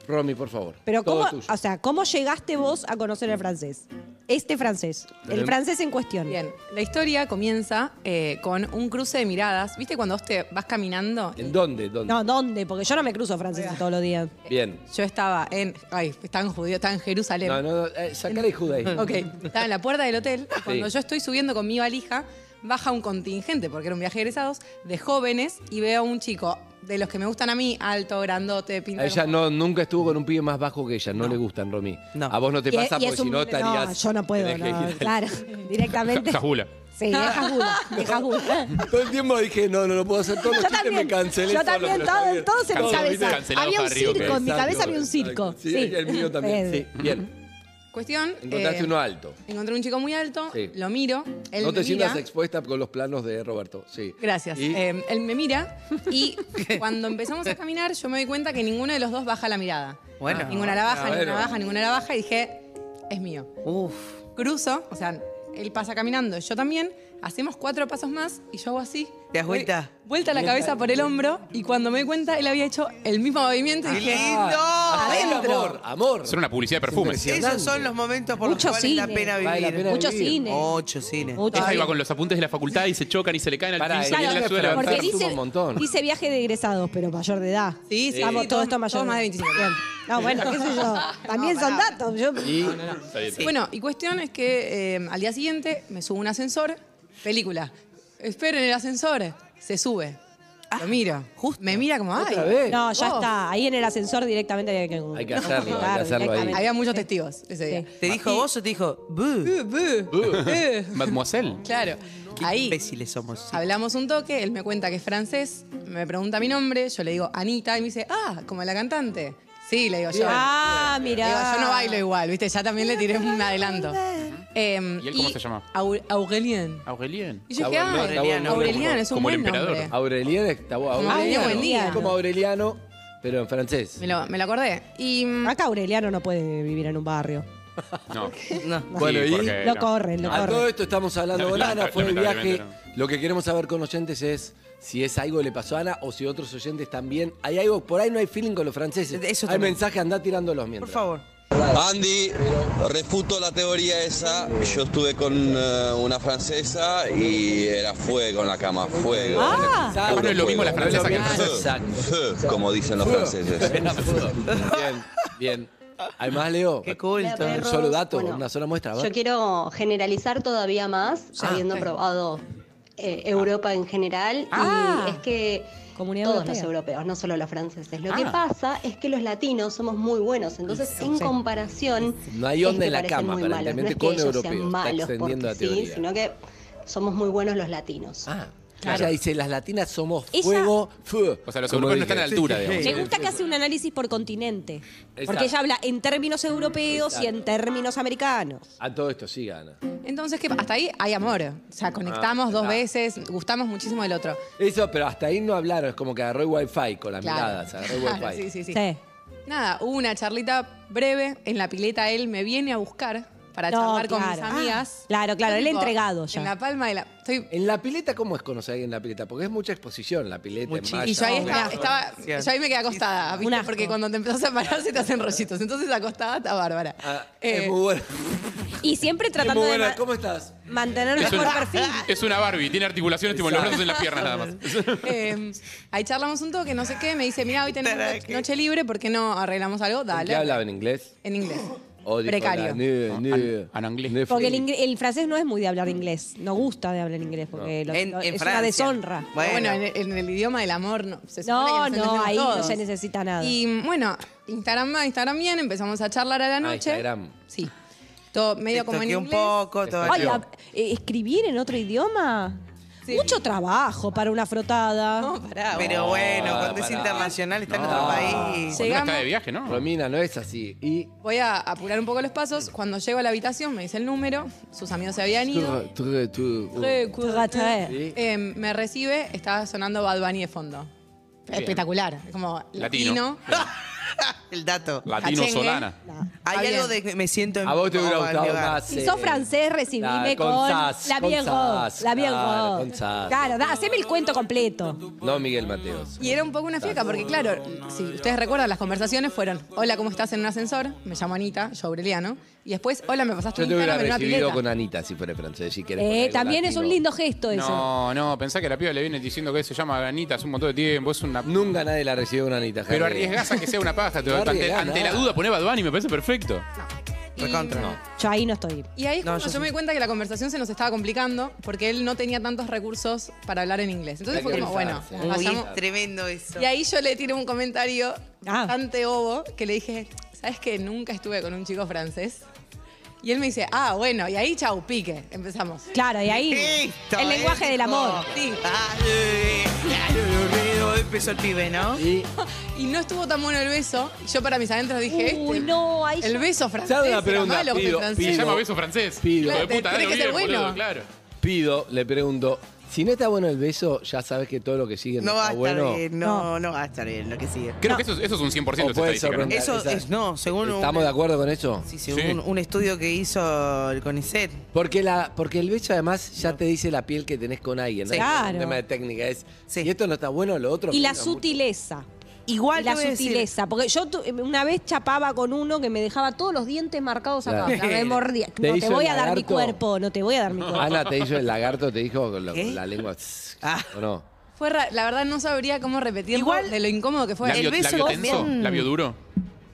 S11: Romy, por favor.
S13: Pero
S11: todo
S13: ¿cómo,
S11: tuyo.
S13: o sea, ¿cómo llegaste vos a conocer el francés? Este francés, el
S11: Pero-
S13: francés en cuestión.
S12: Bien, la historia comienza eh, con un cruce de miradas. ¿Viste cuando vos te vas caminando?
S11: ¿En dónde? ¿Dónde?
S13: No, ¿dónde? Porque yo no me cruzo franceses todos los días.
S11: Bien.
S12: Yo estaba en. Ay, estaba en judío, estaba en Jerusalén.
S11: No, no, no, eh, sacale Judá ahí.
S12: Ok, estaba en la puerta del hotel. y Cuando
S11: Sí.
S12: yo estoy subiendo con mi valija, baja un contingente, porque era un viaje de egresados, de jóvenes y veo a un chico de los que me gustan a mí, alto, grandote,
S11: A
S12: pintado.
S11: ella no, nunca estuvo con un pibe más bajo que ella, no, le gustan, Romy. A vos no te
S13: Y-
S11: pasa
S13: y es
S11: porque si
S13: un-
S11: no estarías.
S13: No, yo no puedo.
S11: tenés que
S13: no,
S11: ir al-
S13: claro, directamente.
S11: Jajula.
S13: Sí, es jajula. es jajula.
S11: Todo el tiempo dije, no, no lo puedo hacer, todos los
S13: Yo
S11: chistes me
S13: también,
S11: cancelé.
S13: yo también, todo- todo se me cabeza.
S12: Había un circo, en mi cabeza
S13: había un circo,
S11: Sí,
S13: sí.
S11: el mío también. Sí, bien.
S12: Cuestión.
S11: Encontraste
S12: eh,
S11: uno alto.
S12: Encontré un chico muy alto,
S11: Sí.
S12: lo miro, él
S11: no
S12: me
S11: te
S12: mira.
S11: sientas expuesta con los planos de Roberto. Sí.
S12: Gracias.
S11: Y-
S12: Eh, él me mira y cuando empezamos a caminar yo me doy cuenta que ninguno de los dos baja la mirada.
S11: Bueno.
S12: Ninguna la baja,
S11: Ah, bueno.
S12: ninguna la baja, ninguna la baja y dije, es mío.
S1: Uf.
S12: Cruzo, o sea, él pasa caminando, yo también, hacemos cuatro pasos más y yo hago así.
S1: ¿Te das
S12: Doy
S1: vuelta?
S12: Vuelta la cabeza por el hombro y cuando me doy cuenta él había hecho el mismo movimiento y
S1: ¡Qué
S12: dije,
S1: lindo!
S12: "Ah, adentro.
S11: Amor, amor.
S2: Son una publicidad de perfumes.
S1: Esos son los momentos por
S12: Mucho
S1: los cuales la
S12: cine.
S1: pena vivir.
S12: Vale la pena Mucho vivir. cine.
S1: Ocho cines.
S2: Esa iba con los apuntes de la facultad y se chocan y se le caen al
S11: Pará,
S2: piso y
S11: ella
S2: él la
S11: es
S2: ayuda a levantar.
S13: Porque dice, dice viaje de egresados, pero mayor de edad.
S12: Sí,
S11: sí,
S13: Vamos,
S11: sí,
S13: todo
S11: todos-
S13: esto mayor.
S12: todos más de 25.
S13: Bien. No, bueno, qué sé yo. También son datos. Yo,
S11: Y-
S12: Sí. Bueno, y cuestión es que eh, al día siguiente me subo a un ascensor, película. Esperen el ascensor, se sube. lo miro. Me mira como, ay. Oh.
S13: No, ya
S12: vos".
S13: está. Ahí en el ascensor directamente había que.
S11: Hay que hacerlo, hay que
S13: Claro,
S11: hacerlo ahí.
S13: directamente.
S12: Había muchos testigos ese día.
S1: ¿Te dijo vos o te dijo
S12: Bu, bu, bu.
S2: Mademoiselle.
S12: Claro. Ahí
S1: Imbéciles somos.
S12: hablamos un toque, él me cuenta que es francés, me pregunta mi nombre, yo le digo Anita y me dice, ah, como la cantante. Sí, le digo yo.
S13: Bien. Ah,
S12: Le
S13: mirá.
S12: Digo, yo no bailo igual, ¿viste? Ya también le tiré un adelanto. Eh,
S2: ¿Y él cómo se llama?
S12: Au- Aurelien.
S2: Aurelien.
S12: Y yo dije, ah, Aurelien es un
S11: Como
S12: buen
S11: el emperador.
S12: nombre.
S11: Aurelien está bueno.
S12: Ah,
S11: Aureliano.
S12: buen día.
S11: Como Aureliano, pero en francés.
S12: Me lo, me lo acordé. Y mm,
S13: Acá Aureliano no puede vivir en un barrio.
S2: No.
S11: Bueno, y-
S13: Lo corren, lo
S11: A
S13: corren.
S11: todo esto estamos hablando con
S2: Lamenta-
S11: Ana, fue el viaje.
S2: lamentablemente
S11: Lo que queremos saber con oyentes es si es algo que le pasó a Ana o si otros oyentes también. Hay algo, por ahí no hay feeling con los franceses. hay
S14: también.
S11: mensaje, andá tirándolos mientras. Por
S1: favor.
S14: Andy, refuto la teoría esa. Yo estuve con eh, una francesa y era fuego en la cama, fuego.
S2: Ah.
S14: Puro
S2: Bueno, es lo mismo la
S14: fuego.
S2: francesa que el francés.
S14: Exacto. Como dicen los franceses.
S11: bien, bien. ¿Hay más, Leo? Qué
S1: culto.
S11: Un solo dato, una sola muestra. a ver.
S15: Yo quiero generalizar todavía más,
S11: Ah.
S15: habiendo
S11: Sí.
S15: probado eh, Europa en general.
S13: Ah.
S15: Y es que todos los europeos, no solo los franceses. Lo que
S13: Ah.
S15: pasa es que los latinos somos muy buenos. Entonces, en comparación.
S11: No hay onda
S15: es que
S11: en la
S15: parecen
S11: cama,
S15: muy malos. No es
S11: aparentemente,
S15: que
S11: con
S15: ellos sean
S11: europeos. Está
S15: malos porque
S11: extendiendo la
S15: sí,
S11: teoría. Ah,
S15: sino que somos muy buenos los latinos.
S11: Ella dice, las latinas somos
S13: Ella-
S11: fuego, fuego.
S2: O sea, los
S11: Como
S2: europeos no están a la
S11: dije.
S2: altura, digamos.
S13: Me gusta que hace un análisis por continente.
S11: Exacto.
S13: Porque ella habla en términos europeos y en términos americanos.
S11: A todo esto sigue, Ana.
S12: entonces, ¿qué? pa- hasta ahí hay amor. O sea, conectamos
S11: Ah,
S12: dos
S11: ah.
S12: veces, gustamos muchísimo del otro.
S11: Eso, pero hasta ahí no hablaron, es como que agarró el wifi con las
S12: Claro.
S11: miradas, agarró el
S12: Claro,
S11: wifi.
S12: sí, sí, sí. Sí. Nada, hubo una charlita breve. En la pileta él me viene a buscar para
S13: No,
S12: charlar con mis
S13: claro.
S12: amigas.
S13: Ah, claro, claro,
S12: Yo,
S13: él
S12: tipo,
S13: entregado ya.
S12: En la palma de la. Estoy...
S11: En la pileta, ¿cómo es conocer a alguien en la pileta? Porque es mucha exposición la pileta. en
S12: Y yo ahí, estaba,
S11: malla, en-
S12: estaba- yo ahí me quedé acostada, ¿viste? porque cuando te empezás a parar se te hacen rollitos. Entonces acostada está bárbara.
S11: Ah,
S12: Eh,
S11: es muy buena.
S13: Y siempre
S11: Es
S13: tratando
S11: muy
S13: de
S11: buena.
S13: ma-
S11: ¿Cómo estás?
S13: mantener un
S2: Es
S13: mejor
S2: una-
S13: perfil.
S2: Es una Barbie, tiene articulaciones tipo en los brazos y en las piernas nada más.
S12: Eh, ahí charlamos un toque, no sé qué. Me dice, mira, hoy tenemos noche, noche libre, ¿por qué no arreglamos algo? Dale.
S11: ¿Qué hablaba en inglés?
S12: En inglés.
S11: O dijo,
S12: Precario.
S11: "No, no,
S2: Ah, en inglés.
S13: Porque el, ingre- el francés no es muy de hablar inglés. No gusta de hablar inglés porque lo-
S12: En-
S13: lo-
S12: en
S13: es
S12: Francia.
S13: una deshonra.
S12: Bueno, en, el- en el idioma del amor no. Se supone
S13: No,
S12: que nos
S13: no,
S12: entendemos
S13: ahí no
S12: todos.
S13: se necesita nada.
S12: Y mm, bueno, Instagram va, Instagram bien, empezamos a charlar a la
S13: Ah,
S12: noche.
S13: Instagram.
S12: Sí. Todo medio como en
S1: Toqué
S12: inglés.
S1: un poco, todo
S13: Ay, a- eh, escribir en otro idioma. Mucho trabajo para una frotada. No,
S12: pará.
S1: Pero Ah, bueno, cuando es
S11: pará.
S1: internacional está en otro país.
S12: Llegamos.
S11: viaje, ¿no? Romina, no es así. Y.
S12: Voy a apurar un poco los pasos. Cuando llego a la habitación me dice el número, sus amigos se habían ido.
S11: Tú- tú- tú- uh.
S12: Re- cu-
S11: Sí.
S12: Eh, me recibe, estaba sonando Bad Bunny de fondo.
S2: Bien.
S12: Espectacular. Como
S2: Latino.
S12: latino.
S1: El dato.
S2: Latino
S12: Cachengue.
S2: Solana.
S1: Hay
S12: Está
S1: algo
S12: bien.
S1: de que me siento en
S11: A vos te hubiera
S1: oh, en mi
S11: gustado
S1: hogar.
S11: más.
S13: Si sos francés, recibime
S11: Claro,
S13: con,
S11: con sas,
S13: la
S11: con
S13: bien
S11: sas,
S13: la bien
S11: claro,
S13: God.
S11: con sas.
S13: Claro, da, haceme el cuento completo.
S11: No, Miguel Mateos.
S12: Y era un poco una fiaca, porque claro, si ustedes recuerdan, las conversaciones fueron, hola, ¿cómo estás en un ascensor? Me llamo Anita, yo Aureliano. Y después, hola, me pasaste
S11: Yo
S12: un
S11: te hubiera
S12: Instagram en una
S11: recibido
S12: pileta.
S11: con Anita si fuera francés. Si querés
S13: Eh,
S11: ponerlo
S13: también es
S11: latino.
S13: un lindo gesto eso.
S2: No, no, pensá que la piba le viene diciendo que se llama Anita hace un montón de tiempo, es una...
S11: Nunca nadie la recibió una Anita.
S2: Pero
S11: Javier.
S2: arriesgás a que sea una paja, te-
S11: No
S2: ante,
S11: arriesgás
S2: ante la
S11: nada.
S2: duda poné Bad Bunny, me parece perfecto.
S1: Recontra. No.
S13: Yo ahí no estoy.
S12: Y ahí es
S1: No,
S12: cuando
S1: yo
S12: yo,
S1: sí.
S12: me di cuenta que la conversación se nos estaba complicando porque él no tenía tantos recursos para hablar en inglés. Entonces fue como, bueno,
S1: Uy,
S12: vayamos.
S1: es tremendo eso.
S12: Y ahí yo le tiré un comentario
S13: Ah.
S12: bastante bobo que le dije, ¿sabes que nunca estuve con un chico francés? Y él me dice, ah, bueno, y ahí chau, pique, empezamos.
S13: Claro, y ahí
S1: Listo,
S13: el lenguaje
S1: eh,
S13: del amor.
S1: no. Ay, ay, hoy empezó el pibe, ¿no?
S12: Y no estuvo tan bueno el beso. Y yo para mis adentros dije,
S13: Uy,
S12: este,
S13: no, ahí
S12: el
S13: yo-
S12: beso
S11: ¿Sabe
S12: francés
S11: una
S12: era
S11: pregunta?
S12: malo que el
S11: Pido,
S12: francés.
S2: Se llama
S11: Pido.
S2: beso francés.
S11: Pido.
S2: Hijo de puta,
S12: Tiene
S2: dale,
S12: que ser
S2: bien,
S12: bueno.
S2: boludo, claro.
S11: Pido, le pregunto, si no está bueno el beso, ya sabes que todo lo que sigue no,
S1: No va a
S11: está
S1: estar
S11: bueno.
S1: bien, no, no va a estar bien lo que sigue.
S2: Creo que eso, es- eso es un 100%
S11: O
S2: de
S11: puede
S2: estadística. ¿no?
S11: sorprender.
S1: Eso es, no, según un-
S11: ¿Estamos de acuerdo con eso?
S1: Sí, según un, un estudio que hizo el CONICET.
S11: Porque, la, porque el beso además ya te dice la piel que tenés con alguien. ¿no?
S1: Sí.
S11: Es
S1: Claro.
S11: un tema de técnica. Es, Si esto no está bueno, lo otro.
S13: Y la
S11: pega mucho.
S13: sutileza.
S1: Igual
S13: Y la
S1: te voy a decir-
S13: sutileza. Porque yo tu- una vez chapaba con uno que me dejaba todos los dientes marcados acá.
S11: Claro.
S13: Me mordía.
S11: ¿Te
S13: No te
S11: hizo
S13: voy
S11: el
S13: a dar mi
S11: lagarto?
S13: cuerpo, no te voy a dar mi cuerpo.
S11: Ana te hizo el lagarto, te dijo con, lo-
S13: ¿Qué?
S11: con la lengua. tss,
S1: Ah.
S11: ¿O no?
S12: Fue ra- la verdad no sabría cómo repetirlo de lo incómodo que fue.
S2: ¿Labio, labio tenso? ¿Labio duro?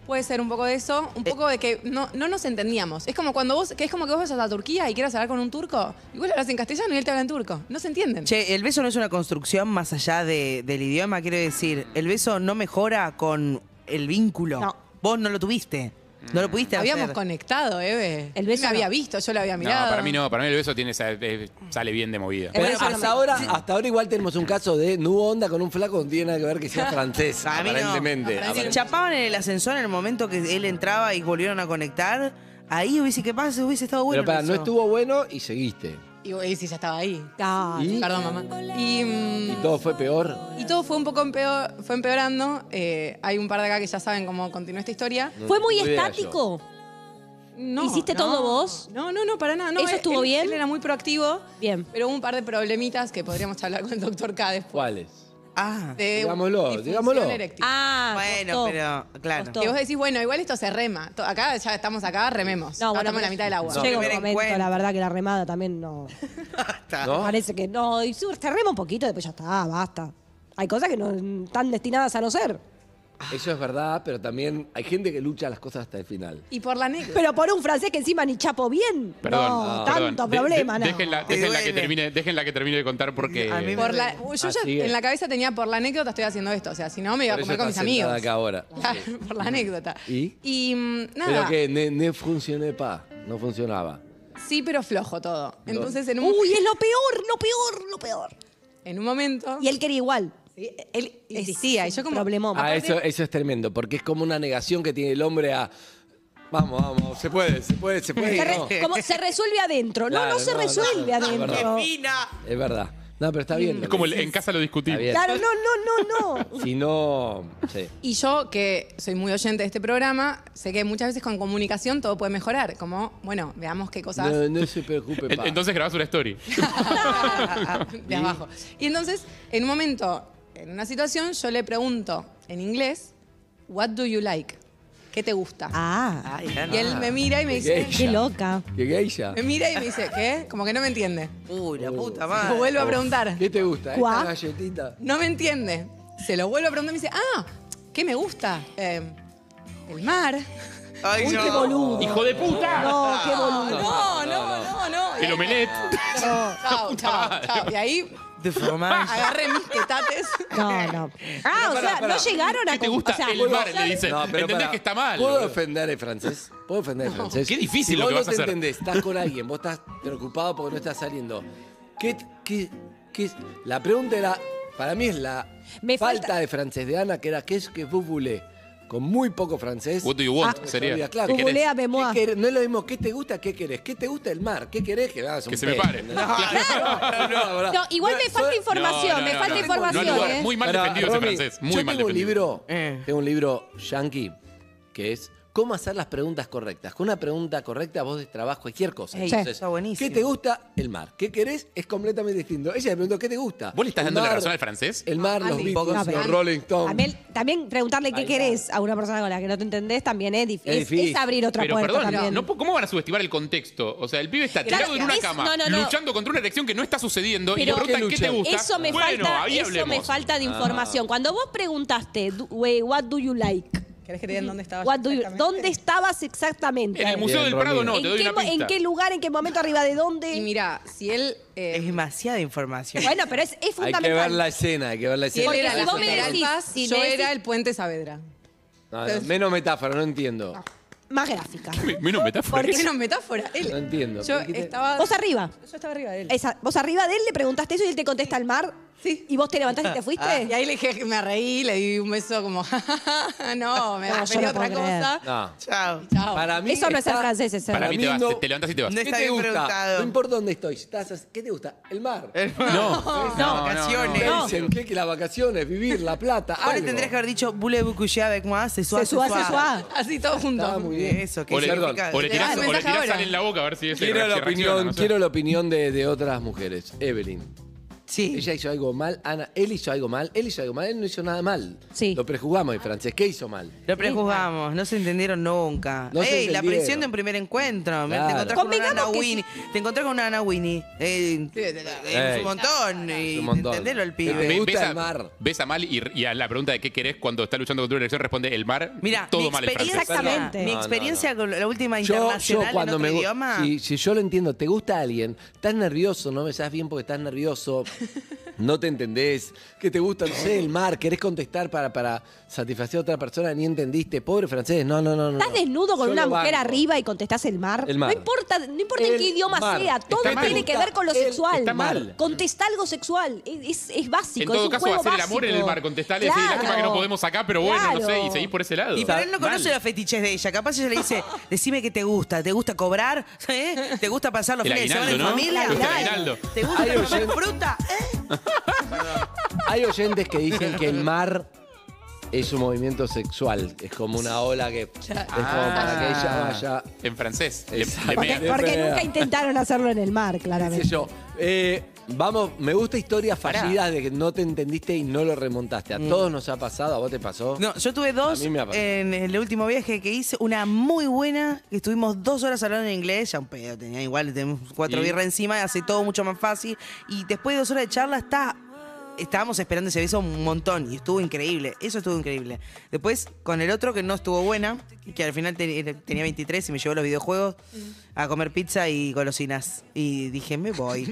S12: Puede ser un poco de eso,
S13: Eh.
S12: un poco de que no, no nos entendíamos. Es como cuando vos, que es como que vos vas a Turquía y quieras hablar con un turco, y vos le hablas en castellano y él te habla en turco. No se entienden.
S1: Che, el beso no es una construcción más allá de- del idioma, quiero decir, el beso no mejora con el vínculo. Vos no lo tuviste, no lo pudiste
S12: Habíamos
S1: hacer.
S12: conectado, Eve. El beso me había visto, yo lo había
S2: No,
S12: mirado.
S2: para mí no. Para mí el beso tiene, esa- eh, sale bien de movida.
S11: Pero hasta, ahora, hasta ahora igual tenemos un caso de no hubo onda con un flaco que no tiene nada Mm. que ver que sea francés,
S1: A mí no.
S11: aparentemente.
S1: Si
S11: Aparentemente.
S1: chapaban en el ascensor en el momento que él entraba y volvieron a conectar, ahí hubiese, ¿qué pasa? Hubiese estado bueno.
S11: Pero
S1: el
S11: para,
S1: beso.
S11: no estuvo bueno y seguiste.
S12: Y, y si ya estaba ahí.
S11: ¿Y?
S12: Perdón, mamá. Y, mm,
S11: Y todo fue peor.
S12: y todo fue un poco empeor, fue empeorando. Eh, hay un par de acá que ya saben cómo continúa esta historia.
S11: No ¿Fue muy tengo idea estático?
S12: No,
S13: ¿Hiciste
S12: no.
S13: todo vos?
S12: No, no, no, para nada. No,
S13: ¿Eso
S12: él-
S13: estuvo
S12: él-
S13: bien?
S12: Él era muy proactivo.
S13: Bien.
S12: Pero hubo un par de problemitas que podríamos hablar con el doctor K después.
S11: ¿Cuáles?
S1: Ah,
S12: De
S11: digámoslo,
S12: disfunción
S11: digámoslo.
S12: eréctil.
S13: Ah,
S1: Bueno,
S12: costó.
S1: pero claro.
S12: Que vos decís, bueno, igual esto se rema. To- Acá ya estamos acá, rememos. No, estamos en la mitad del agua.
S13: Ah, Llega un
S1: Tener en
S13: momento,
S1: cuenta.
S13: la verdad, que la remada también no.
S11: ¿No?
S13: Parece que no. Y sub- se rema un poquito, después ya está, basta. Hay cosas que no están destinadas a no ser.
S11: Eso es verdad, pero también hay gente que lucha las cosas hasta el final.
S12: Y por la negra.
S13: Pero por un francés que encima ni chapo bien.
S2: Perdón.
S11: Ah.
S12: Oh,
S13: no,
S2: perdón.
S13: tanto
S2: De- de-
S13: problema, no.
S2: déjenla,
S1: Te
S2: déjenla que
S1: duele.
S2: termine, déjenla que termine de contar porque...
S12: Por la- yo ya
S2: Así es.
S12: en la cabeza tenía por la anécdota estoy haciendo esto. O sea, si no me iba a
S11: Por eso
S12: comer con mis
S11: estás sentada
S12: amigos.
S11: acá ahora.
S12: Claro, por la anécdota.
S11: ¿Y?
S12: Y mm,
S11: Pero
S12: nada.
S11: que ne, ne funcioné pa, no funcionaba.
S12: Sí, pero flojo todo.
S11: No.
S12: Entonces en un
S13: Uy, es lo peor, lo peor, lo peor.
S12: En un momento.
S13: Y él quería igual.
S12: él insistía. Y yo como.
S13: Problemón.
S11: Ah, eso, eso es tremendo, porque es como una negación que tiene el hombre a. Vamos, vamos, se puede, se puede, se puede.
S13: Se re-
S11: no.
S13: como se resuelve adentro. no,
S11: Claro,
S13: no se
S11: no,
S13: resuelve
S11: no, no, es
S13: adentro. Ah,
S11: verdad. Es verdad. No, pero está bien.
S2: Es como el- en casa lo discutimos.
S13: Claro, no, no, no, no.
S11: Si no. Sí.
S12: Y yo, que soy muy oyente de este programa, sé que muchas veces con comunicación todo puede mejorar. Como, bueno, veamos qué cosas.
S11: No, no se preocupe,
S2: En-
S11: pa.
S2: Entonces grabás una story.
S12: de abajo. Y entonces, en un momento, en una situación, yo le pregunto en inglés, What do you like? ¿Qué te gusta?
S13: Ah.
S12: Y él me mira y me dice,
S13: Qué loca.
S11: Qué geisha.
S12: me mira y me dice, ¿qué? Como que no me entiende.
S1: Uy, la
S11: Uh,
S1: puta
S12: Lo vuelvo a preguntar.
S11: ¿Qué te gusta?
S12: ¿Cuá?
S11: Esta galletita.
S12: No me entiende. Se lo vuelvo a preguntar y me dice, ah, ¿qué me gusta? Eh, el mar.
S1: Ay,
S12: Uy,
S1: no.
S12: qué boludo.
S2: ¡Hijo de puta!
S13: No, qué boludo.
S12: No, no, no, no.
S2: El omelet.
S12: Chao, chao, chao. Y ahí
S1: De fromage.
S12: agarré mis tetates.
S13: No, no. Ah, o
S11: Pará,
S13: sea,
S11: pará.
S13: no llegaron a...
S2: ¿Qué te
S13: con-
S2: gusta?
S13: o sea,
S2: El mar, le dice.
S11: No, pero
S2: Entendés
S11: pará.
S2: que está mal.
S11: ¿Puedo
S2: boludo.
S11: ofender el francés? ¿Puedo ofender el francés?
S2: Qué difícil
S11: Si
S2: lo
S11: vos
S2: que vas
S11: no
S2: a
S11: te
S2: hacer.
S11: entendés, estás con alguien, vos estás preocupado porque no estás saliendo. ¿Qué, qué, qué es? La pregunta era, para mí es la
S13: Me
S11: falta,
S13: falta-
S11: de francés de Ana, que era ¿qué es que vous voulez? Con muy poco francés.
S2: What do you want?
S11: Ah,
S2: Sería.
S11: sabía, Claro,
S2: ¿Qué querés?
S13: Googlea Memoir.
S11: ¿Qué querés? No es lo mismo, ¿qué te gusta? ¿Qué querés? ¿Qué te gusta el mar? ¿Qué querés? Que, nada, es un
S2: Que se me
S11: pez,
S2: pare.
S11: ¿entendés? No, no,
S13: No, igual me falta información, me falta información,
S2: no, no,
S13: ¿eh?
S2: Muy mal
S11: Pará,
S2: defendido ese
S11: Romy,
S2: francés. Muy
S11: yo
S2: mal
S11: tengo un
S2: defendido.
S11: libro, tengo un libro yankee que es cómo hacer las preguntas correctas. Con una pregunta correcta vos destrabás cualquier cosa.
S1: Ey, está buenísimo.
S11: ¿qué te gusta? El mar. ¿Qué querés? Es completamente distinto. Ella le preguntó, ¿qué te gusta?
S2: ¿Vos le estás
S11: El
S2: dando la
S11: mar,
S2: razón al francés?
S11: El mar,
S13: Ah,
S11: los
S13: sí.
S11: Beatles,
S13: No, pero-
S11: los Rolling Stones.
S13: También, también preguntarle qué querés a una persona con la que no te entendés también es difícil.
S11: Es
S13: Es,
S11: difícil.
S13: es abrir otra
S2: Pero
S13: puerta
S2: perdón,
S13: también.
S2: no, ¿cómo van a subestimar el contexto? O sea, el pibe está
S13: Claro,
S2: tirado en una
S13: es-
S2: cama,
S13: no, no, no.
S2: luchando contra una erección que no está sucediendo y le
S13: Pero-
S2: preguntan qué te gusta.
S13: Eso me
S2: Bueno,
S13: falta,
S2: ahí
S13: eso me
S2: hablemos.
S13: falta de
S2: Ah.
S13: información. Cuando vos preguntaste, du- we- what do you like?
S12: ¿Querés que te digan dónde estabas?
S13: What do you- ¿Dónde estabas exactamente?
S12: En el Museo Bien, del Prado Ronnie. no, te
S13: ¿En
S12: doy
S13: qué
S12: una
S13: mo-
S12: pista.
S13: ¿En qué lugar, en qué momento, arriba de dónde? Y
S12: mira, si él...
S1: Es demasiada información.
S13: Bueno, pero es, es
S11: Hay que
S13: fundamental.
S11: ver la escena, hay que ver la
S12: Si él
S11: escena.
S12: era la
S13: vos me
S12: General
S13: decís,
S12: Paz,
S13: si
S12: yo
S13: me
S12: era
S13: decís-
S12: el Puente Saavedra.
S11: No, no, menos metáfora, no entiendo.
S13: Más gráfica.
S2: Menos metáfora.
S12: Porque era una metáfora. Él,
S11: No entiendo.
S12: Yo estaba...
S13: Vos arriba.
S12: Yo estaba arriba de él.
S13: Esa- vos arriba de él le preguntaste eso y él te contesta al mar. Sí. ¿Y vos te levantás y te fuiste?
S12: Ah, Y ahí le dije que me reí, le di un beso como, "Ja, ja, ja". no, me
S13: No, yo
S12: referí
S13: no
S12: a otra
S13: puedo
S12: cosa.
S11: No.
S1: Chao.
S12: Chao.
S11: Para mí
S13: Eso no es
S11: está-
S13: ser francés, es ser
S2: Para mí te, vas,
S11: Amigo,
S2: te, te levantás y te vas.
S11: ¿Qué te gusta? No importa dónde estoy. si estás- ¿Qué te gusta? El mar.
S2: No.
S11: No,
S2: No, vacaciones.
S11: ¿Qué
S2: no, no.
S11: dicen? ¿Qué? Que las vacaciones, vivir, la plata,
S1: Ahora
S11: algo.
S1: tendrías que haber dicho bule bucuyá de moi, se suá,
S11: Se suá, se suá.
S12: Así todo junto.
S11: Estaba muy bien.
S1: Eso, que
S2: O le,
S1: significa-
S2: o le
S1: Te das
S2: tirás,
S1: el
S2: o le
S1: mensaje
S2: tirás
S1: ahora.
S2: sal en la boca a ver si es
S11: Quiero la opinión,
S2: no sé.
S11: quiero la opinión de, de otras mujeres. Evelyn.
S1: Sí.
S11: Ella hizo algo mal, Ana, él hizo algo mal, él hizo algo mal, él no hizo nada mal. Sí. Lo prejugamos, y Francés, ¿qué hizo mal?
S1: Lo prejuzgamos, no se entendieron nunca.
S11: No se
S1: Ey, la
S11: entendieron.
S1: presión de un primer encuentro. Te encontrás con una
S13: Convengamos
S1: Ana
S13: que
S1: Winnie. Te encontrás con una Ana Winnie. Eh, es
S2: Ey.
S1: un montón. Y
S2: Un montón.
S1: entendelo al
S2: Ve-
S1: pibe.
S2: ves, a, ves a mal y, y a la pregunta de qué querés cuando está luchando contra una elección responde el mar.
S1: Mira,
S2: todo
S1: mi
S2: mal el francés.
S1: experiencia, mi
S11: No, no,
S1: experiencia con la última
S11: Yo, yo
S1: internacional
S11: cuando
S1: en
S11: me
S1: otro
S11: gu-
S1: idioma.
S11: si, si yo lo entiendo, te gusta alguien, estás nervioso, no me sabes bien porque estás nervioso, no te entendés, que te gusta, no sé, el mar, querés contestar para, para satisfacer a otra persona, ni entendiste, pobre francés, no, no, no. no.
S13: Estás desnudo con
S11: Yo
S13: una
S11: lo
S13: mujer
S11: banco.
S13: arriba y contestás el mar.
S11: El mar.
S13: No importa, no importa en
S11: El
S13: qué idioma
S11: mar.
S13: sea,
S11: Está
S13: todo
S11: mal.
S13: tiene que ver con lo
S11: Está
S13: sexual.
S11: mal.
S13: Contestá algo sexual. Es, es
S2: En
S13: básico. es
S2: todo
S13: un
S2: caso, va
S13: juego
S2: a ser el amor en
S13: básico.
S2: el mar. Contestale, decís,
S13: Claro.
S2: lástima que no podemos acá, Ah, pero bueno, no sé, y seguís por ese lado.
S1: Y pero él no conoce los fetiches de ella. Capaz ella le dice, decime que te gusta. ¿Te gusta cobrar? ¿Eh? ¿Te gusta pasar los
S2: El
S1: fines de semana en
S2: aguinaldo, ¿no?
S1: familia?
S2: Te gusta el aguinaldo.
S1: ¿Te gusta
S11: Hay
S1: comer
S11: oyentes-
S1: fruta?
S11: Hay oyentes que dicen que el mar es un movimiento sexual, es como una ola que es como para que ella
S1: Ah.
S13: Ah.
S11: vaya.
S2: En francés. Le, le
S13: Porque,
S2: pega.
S13: porque nunca intentaron hacerlo en el mar,
S11: Qué
S13: claramente.
S11: sé yo. Eh, vamos, me gusta historias
S1: Pará.
S11: fallidas de que no te entendiste y no lo remontaste. A
S2: Mm.
S11: todos nos ha pasado, a vos te pasó.
S1: No, yo tuve dos
S11: A mí me ha
S2: eh,
S11: pasado.
S1: en el último viaje que hice, una muy buena, que estuvimos dos horas hablando en inglés, ya un pedo tenía igual, tenemos cuatro
S11: ¿Y?
S1: birras encima, hace todo mucho más fácil. Y después de dos horas de charla está. Estábamos esperando ese beso un montón y estuvo increíble. Eso estuvo increíble. Después, con el otro que no estuvo buena, que al final te- era- tenía 23 y me llevó a los videojuegos
S11: Mm.
S1: a comer pizza y golosinas. Y dije, me voy.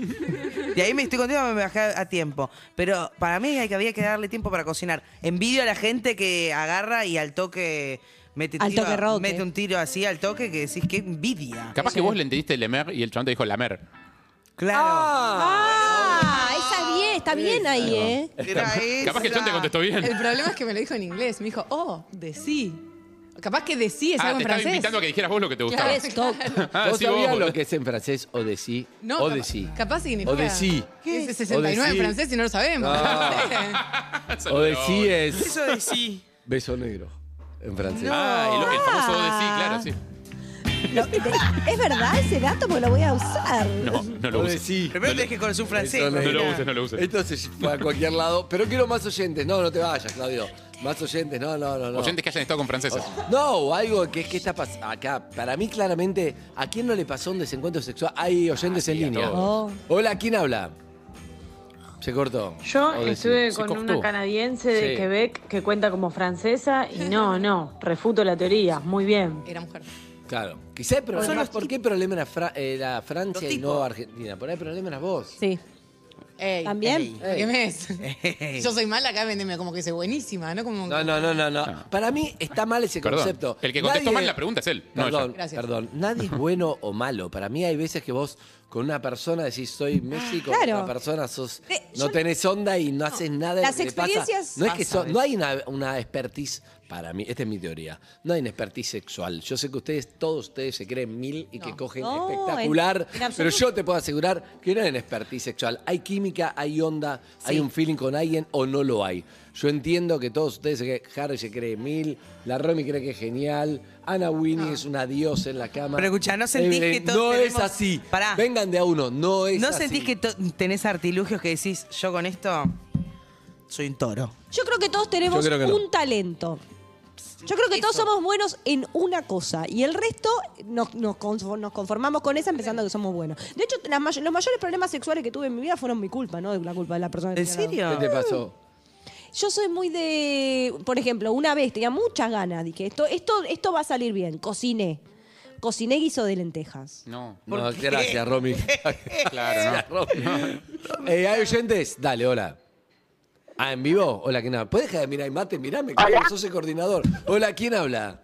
S1: De ahí me estoy contenta porque me bajé a tiempo. Pero para mí hay que, había que darle tiempo para cocinar. Envidio a la gente que agarra y al toque mete,
S13: Al
S1: tiro-
S13: toque rote.
S1: mete un tiro así al toque que decís, qué envidia.
S2: Capaz que vos le entendiste el Lemer y el chabón te dijo Lamer.
S1: Claro.
S13: Ah, esa es bien, está bien ahí, ¿eh?
S2: Capaz que el chabón te contestó bien.
S12: El problema es que me lo dijo en inglés. Me dijo, oh, decí. Capaz que decí es
S2: Ah,
S12: algo
S2: te
S12: en
S2: estaba
S12: francés.
S2: invitando a que dijeras vos lo que te gustaba.
S12: Claro, es todo.
S2: Ah,
S11: ¿Vos
S2: sí, vos,
S11: sabías
S2: boludo.
S11: lo que es en francés o de sí?
S12: No,
S11: o
S12: capaz-
S11: de sí.
S12: Capaz significa.
S11: O de sí.
S12: que Es
S11: O
S12: 69
S11: de sí.
S12: en francés y no lo sabemos.
S11: No. O de sí es.
S1: Eso de sí.
S11: Beso negro. En francés.
S2: No. Ah, el- el famoso o de sí, claro, sí.
S13: Lo- de- ¿Es verdad ese dato? Porque lo voy a usar.
S2: No, no lo
S11: O de
S2: uses.
S11: sí.
S1: Primero tenés que conocer un francés.
S11: Eso
S2: No lo
S11: era.
S2: uses, no lo uses.
S11: Entonces, para cualquier lado. Pero quiero más oyentes. No, no te vayas, Claudio. Más oyentes, no, no, no. no.
S2: Oyentes que hayan estado con franceses.
S11: No, o algo que es que está pas- acá. Para mí, claramente, ¿a quién no le pasó un desencuentro sexual? Hay oyentes en línea.
S16: todos.
S11: Hola, ¿quién habla? Se cortó.
S16: Yo
S11: O decir,
S16: estuve
S11: se
S16: con
S11: cortó.
S16: una canadiense de
S11: Sí.
S16: Quebec que cuenta como francesa y no, no, refuto la teoría, muy bien.
S12: Era mujer.
S11: Claro. Quizá el problema-
S12: Son los
S11: ¿Por qué el problema era, Fra- eh, era Francia
S12: Los
S11: y no
S12: tipos.
S11: Argentina? Por ahí el problema eras vos.
S13: Sí.
S12: Ey,
S11: ¿También?
S12: ey, ¿Qué me es?
S11: Ey.
S12: Yo soy mala, acá vendeme como que soy buenísima, ¿no? Como
S11: No, no, no, no,
S2: Ah.
S11: no. Para mí está mal ese
S2: Perdón.
S11: concepto.
S2: El que contestó
S11: Nadie-
S2: mal la pregunta es él. no
S11: Perdón,
S2: ella.
S11: perdón. Nadie es bueno o malo. Para mí hay veces que vos con una persona decís soy Messi, con
S13: Ah, Claro.
S11: otra persona sos,
S13: Eh,
S11: no tenés onda y no, haces nada. de
S13: Las
S11: lo que te pasa.
S13: experiencias-
S11: No es que
S13: Pasa,
S11: so- no hay una, una expertise para mí. Esta es mi teoría. No hay una expertise sexual. Yo sé que ustedes, todos ustedes se creen mil y que cogen
S13: No,
S11: espectacular.
S13: en- en absoluto.
S11: pero yo te puedo asegurar que no hay una expertise sexual. Hay química, hay onda, hay un feeling con alguien o no lo hay. Yo entiendo que todos ustedes, se creen- Harry se cree mil, la Romy cree que es genial, Ana Winnie es una diosa en la cama.
S1: Ah. Pero escuchá, ¿no sentís
S2: Eh,
S11: Evelyn,
S1: que todos
S11: No
S1: tenemos-
S11: es así.
S1: Pará.
S11: Vengan de a uno, no es
S1: ¿No
S11: así.
S1: sentís que to- tenés artilugios que decís, yo con esto soy un toro?
S13: Yo creo que todos tenemos
S1: Yo creo que no.
S13: un talento. Yo creo que todos somos buenos en una cosa y el resto nos, nos conf- nos conformamos con esa pensando que somos buenos. De hecho, las may- los mayores problemas sexuales que tuve en mi vida fueron mi culpa, no de la culpa de la persona. que
S11: ¿En
S13: tenía al lado.
S11: serio? ¿Qué te pasó?
S13: yo soy muy de, por ejemplo, una vez tenía muchas ganas, dije, esto, esto, esto va a salir bien, cociné. Cociné guiso de lentejas.
S2: No.
S11: No, gracias, Romy.
S2: Claro, no.
S11: Eh, ¿Hay oyentes? Dale, hola. Ah, en vivo. Hola, ¿quién habla? ¿Puedes dejar de mirar y mate? Mirame, cabrón, sos el coordinador. Hola, ¿quién habla?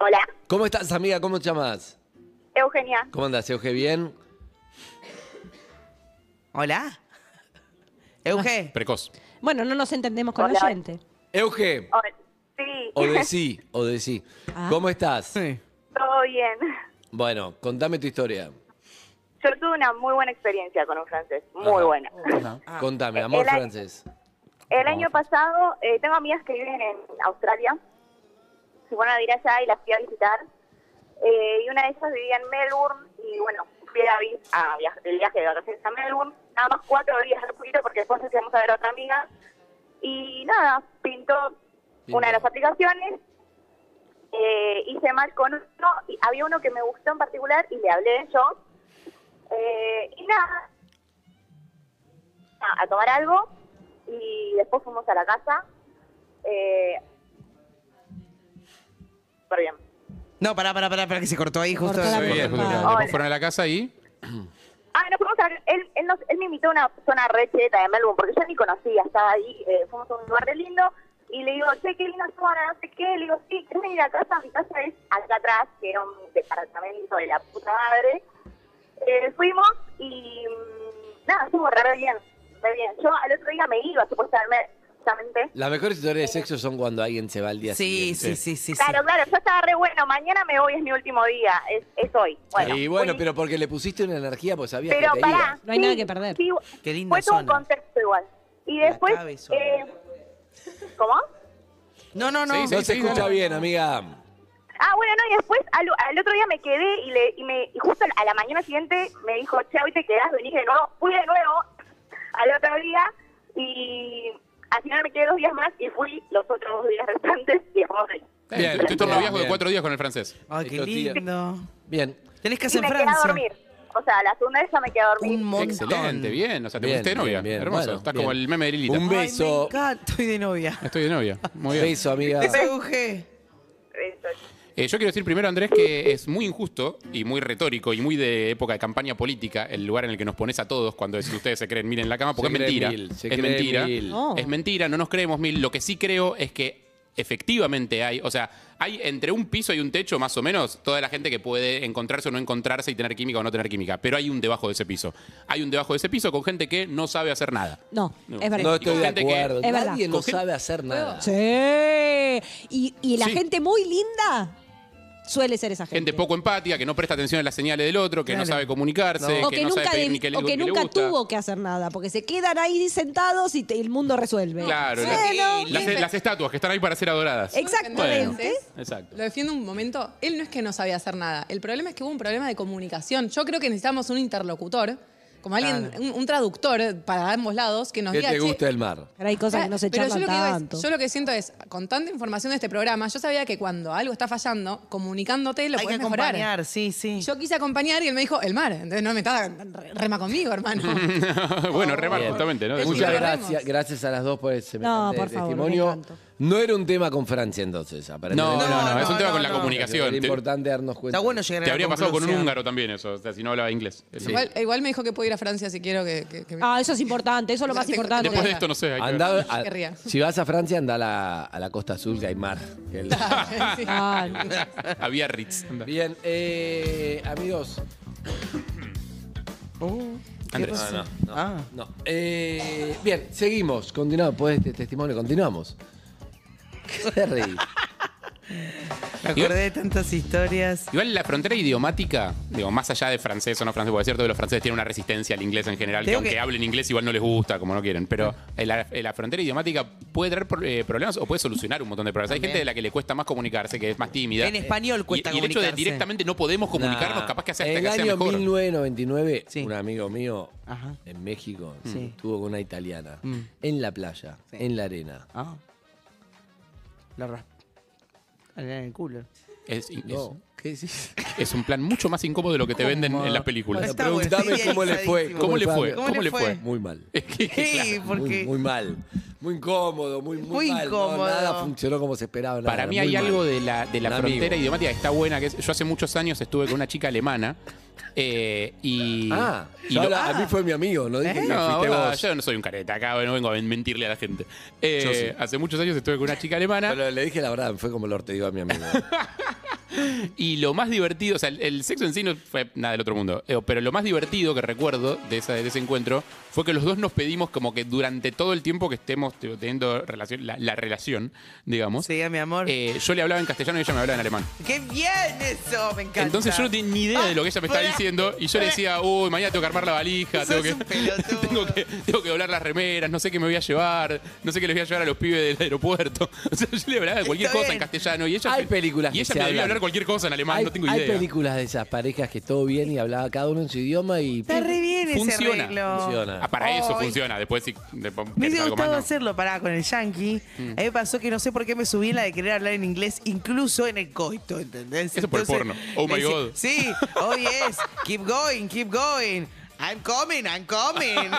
S17: Hola,
S11: ¿Cómo estás, amiga? ¿Cómo te llamas?
S17: Eugenia.
S11: ¿Cómo andas, Euge? ¿Bien?
S1: Hola. Euge.
S2: Precoz.
S13: Bueno, no nos entendemos con la gente.
S11: Euge,
S17: Sí,
S11: o de sí, o de sí.
S1: Ah.
S11: ¿Cómo estás?
S17: todo bien.
S11: Bueno, contame tu historia.
S17: Yo tuve una muy buena experiencia con un francés, muy
S11: Ajá.
S17: buena.
S11: Contame, amor
S17: El año-
S11: francés.
S17: El año pasado, eh, tengo amigas que viven en Australia. Se fueron a ir allá y las fui a visitar. Eh, y una de ellas vivía en Melbourne. Y bueno, fui a, vi- a via- Ah, el viaje de vacaciones a Melbourne. Nada más cuatro días al poquito porque después nos íbamos a ver a otra amiga. Y nada, pintó una de las aplicaciones. Eh, hice mal con uno. Y había uno que me gustó en particular y le hablé yo. Eh, y nada, a- a tomar algo y después fuimos a la casa. Eh, pero bien.
S1: No, pará, pará, pará, pará, que se cortó ahí justo.
S2: Cortó la Muy bien, culpa. justo. Después fueron a la casa y...
S17: Ah, nos fuimos a... Él, él, nos- él me invitó a una zona re cheta de Melbourne, porque yo ni conocía, estaba ahí, eh, fuimos a un lugar re lindo, y le digo, che, qué linda zona, no sé qué, le digo, sí, ¿querés venir a casa? Mi casa es acá atrás, que era un departamento de la puta madre. Eh, fuimos y... mm, Nada, estuvo re bien, re bien. Yo al otro día me iba, supuestamente.
S11: Las mejores historias de sexo son cuando alguien se va al día
S1: Sí,
S11: siguiente.
S1: sí, sí,
S17: Claro, claro, yo estaba re bueno, mañana me voy, es mi último día, es, es hoy. Bueno,
S11: y bueno, pero porque le pusiste una energía, pues sabías
S17: Pero
S11: que te
S17: pará.
S11: ibas.
S17: No hay nada que perder.
S1: Qué linda
S17: Fue todo un
S1: zona.
S17: contexto igual. Y después.
S1: cabe sola.
S17: eh, ¿Cómo?
S1: No, no, no.
S11: Sí, sí, no se escucha bien, amiga.
S17: Ah, bueno, no, y después al, al otro día me quedé y, le, y, me, y justo a la mañana siguiente me dijo, che, hoy te quedás, venís de nuevo. Fui de nuevo al otro día y al final me quedé dos días más y fui los otros dos días restantes y después me fui.
S2: Bien, estoy
S11: bien,
S2: tornaviazgo de
S11: bien.
S2: cuatro días con el francés.
S1: Ay, qué lindo.
S11: Bien.
S1: Tenés que
S17: Y
S1: hacer
S17: me
S1: en
S17: quedé a
S1: Francia.
S17: dormir. O sea, la segunda vez ya me quedé a dormir.
S2: Excelente, bien. O sea, te
S11: Bien,
S2: pusiste de novia.
S11: bien, bien.
S2: Hermoso.
S11: Bueno,
S2: Estás
S11: bien.
S2: como el meme de Lilita.
S11: Un beso.
S1: Estoy de novia.
S2: Estoy de novia. Muy bien.
S11: Beso, amiga.
S1: Es Euge.
S2: Eh, yo quiero decir primero, Andrés, que es muy injusto y muy retórico y muy de época de campaña política el lugar en el que nos pones a todos cuando decís ustedes se creen, miren la cama, porque
S11: Se
S2: es
S11: creen
S2: mentira.
S11: mil, se
S2: es
S11: creen
S2: mentira.
S11: mil. No.
S2: Es mentira, no nos creemos mil. Lo que sí creo es que efectivamente hay, o sea, hay entre un piso y un techo más o menos toda la gente que puede encontrarse o no encontrarse y tener química o no tener química, pero hay un debajo de ese piso. Hay un debajo de ese piso con gente que no sabe hacer nada.
S13: No,
S2: No.
S13: es verdad.
S2: No estoy
S13: Y con
S2: de
S13: gente que-
S2: acuerdo.
S13: Es verdad.
S2: Nadie no Con gente- sabe hacer nada.
S13: Sí. Y, y la
S2: Sí.
S13: gente muy linda suele ser esa gente.
S2: Gente poco empática, que no presta atención a las señales del otro, que no
S13: Claro.
S2: sabe comunicarse,
S13: o
S2: que,
S13: que,
S2: no
S13: nunca,
S2: sabe pedir
S13: de-
S2: ni qué le,
S13: o que
S2: qué le
S13: nunca
S2: gusta.
S13: tuvo que hacer nada, porque se quedan ahí sentados y te- el mundo resuelve.
S2: Claro,
S13: Sí,
S2: la-
S13: ¿no?
S2: las, las estatuas que están ahí para ser adoradas.
S13: Exactamente.
S2: Bueno, exacto.
S12: Lo defiendo un momento. Él no es que no sabía hacer nada. El problema es que hubo un problema de comunicación. Yo creo que necesitamos un interlocutor, como alguien, un, un traductor para ambos lados que nos
S11: Que
S12: diga.
S11: te
S12: "Che,
S11: gusta el mar.
S13: Pero hay cosas que no se
S12: Pero yo
S13: charlan
S12: lo que, digo es-
S13: tanto.
S12: yo lo que siento es, con tanta información de este programa, yo sabía que cuando algo está fallando, comunicándote lo
S1: Hay
S12: podés
S1: que
S12: mejorar.
S1: acompañar, sí, sí.
S12: Yo quise acompañar y él me dijo, el mar. Entonces no me estaba rema conmigo, hermano.
S2: bueno, remar
S11: Bien.
S2: justamente, ¿no?
S11: Muchas gracias, gracias a las dos por el semejante
S12: por favor, me
S11: testimonio.
S12: encantó.
S11: No era un tema con Francia entonces, aparentemente.
S2: No, no, no, es un tema con la comunicación.
S11: Era
S2: Te-
S11: importante darnos cuenta.
S2: Te habría pasado con un húngaro también eso, o sea, si no hablaba inglés.
S12: Igual, igual me dijo que puedo ir a Francia si quiero que... que- que me-
S13: Ah, eso es importante, eso es lo más importante.
S2: Después de esto, no sé. hay que ver.
S11: Andá- a-
S12: Querría.
S11: si vas a Francia, anda a la, a la costa azul, que hay mar. que el-
S2: A Biarritz. Andá.
S11: Bien, eh, amigos.
S2: Oh. Andrés.
S11: No, no, no.
S1: Ah.
S11: no. Eh, bien, seguimos. Continuamos. Pues este testimonio, continuamos. ¿Qué te reí?
S1: Me acordé de tantas historias.
S2: Igual la frontera idiomática, digo, más allá de francés o no francés, porque es cierto que los franceses tienen una resistencia al inglés en general, que
S1: Creo
S2: aunque
S1: que-
S2: hablen inglés igual no les gusta, como no quieren, pero eh, la, eh, la frontera idiomática puede traer pro- eh, problemas o puede solucionar un montón de problemas. Hay
S1: También.
S2: gente de la que le cuesta más comunicarse, que es más tímida.
S1: En español
S2: Y-
S1: cuesta
S2: y, el hecho de
S1: comunicarse.
S2: directamente no podemos comunicarnos,
S11: Nah.
S2: capaz que hace
S11: En
S2: hasta
S11: el
S2: que sea
S11: año
S2: mejor.
S11: 1999, un amigo mío en México
S2: Mm.
S1: Sí.
S11: estuvo con una italiana
S1: Mm.
S11: en la playa,
S1: Sí.
S11: en la arena.
S2: Ah.
S1: La ras- en el culo.
S2: Es, es-
S11: No, ¿qué decís?
S2: es un plan mucho más incómodo de lo que te venden en las películas.
S11: Bueno, preguntame cómo le fue.
S2: ¿Cómo le fue?
S11: Muy mal.
S2: Sí,
S11: Muy,
S1: porque-
S11: muy mal. Muy incómodo, muy, muy,
S1: Muy
S11: mal, no,
S1: incómodo.
S11: nada funcionó como se esperaba. nada,
S2: Para mí
S11: muy
S2: hay
S11: mal.
S2: algo de la, de la
S11: Un
S2: frontera
S11: amigo.
S2: idiomática que está buena. Que es- yo hace muchos años estuve con una chica alemana eh, y.
S11: Ah,
S2: y
S11: yo
S2: lo-
S11: la- a mí fue mi amigo, no dije que
S2: No,
S11: fuiste
S2: ¿Eh? hola,
S11: vos.
S2: yo no soy un careta, acá no vengo a mentirle a la gente. Eh,
S11: Yo sí.
S2: Hace muchos años estuve con una chica alemana.
S11: Pero le dije la verdad, fue como lo te digo a mi amigo.
S2: Y lo más divertido, o sea, el, el sexo en sí no fue nada del otro mundo, eh, pero lo más divertido que recuerdo de, esa- de ese encuentro fue que los dos nos pedimos como que durante todo el tiempo que estemos tipo, teniendo relación, la, la relación, digamos. eh,
S1: Sí, mi amor.
S2: yo le hablaba en castellano y ella me hablaba en alemán.
S1: ¡Qué bien eso! Me encanta.
S2: Entonces yo no tenía ni idea de lo que ella me estaba
S1: pará.
S2: diciendo y yo le decía, uy, mañana tengo que armar la valija, tengo que, tengo, que, tengo que doblar las remeras, no sé qué me voy a llevar, no sé qué les voy a llevar a los pibes del aeropuerto. O sea, yo le hablaba de cualquier
S11: Está
S2: cosa en
S11: bien.
S2: castellano y ella,
S11: Hay
S2: me-
S11: películas
S2: y
S11: que
S2: ella
S11: se
S2: me debía
S11: hablan.
S2: hablar cualquier cosa en alemán,
S11: hay,
S2: no tengo
S11: hay
S2: idea.
S11: películas de esas parejas que todo bien y hablaba cada uno en su idioma y
S1: Está re bien ese
S2: funciona.
S1: arreglo.
S2: Ah, para eso
S1: Ay.
S2: funciona. Después si después
S1: Me
S2: querés
S1: hubiera
S2: algo más,
S1: gustado
S2: no. Mm.
S1: hacerlo, pará, con el yankee. A mí me pasó que no sé por qué me subí en la de querer hablar en inglés, incluso en el coito, ¿entendés?
S2: Eso por el porno. Oh
S1: me
S2: my
S1: dice,
S2: God.
S1: Sí, oh yes, keep going, keep going. I'm coming, I'm coming.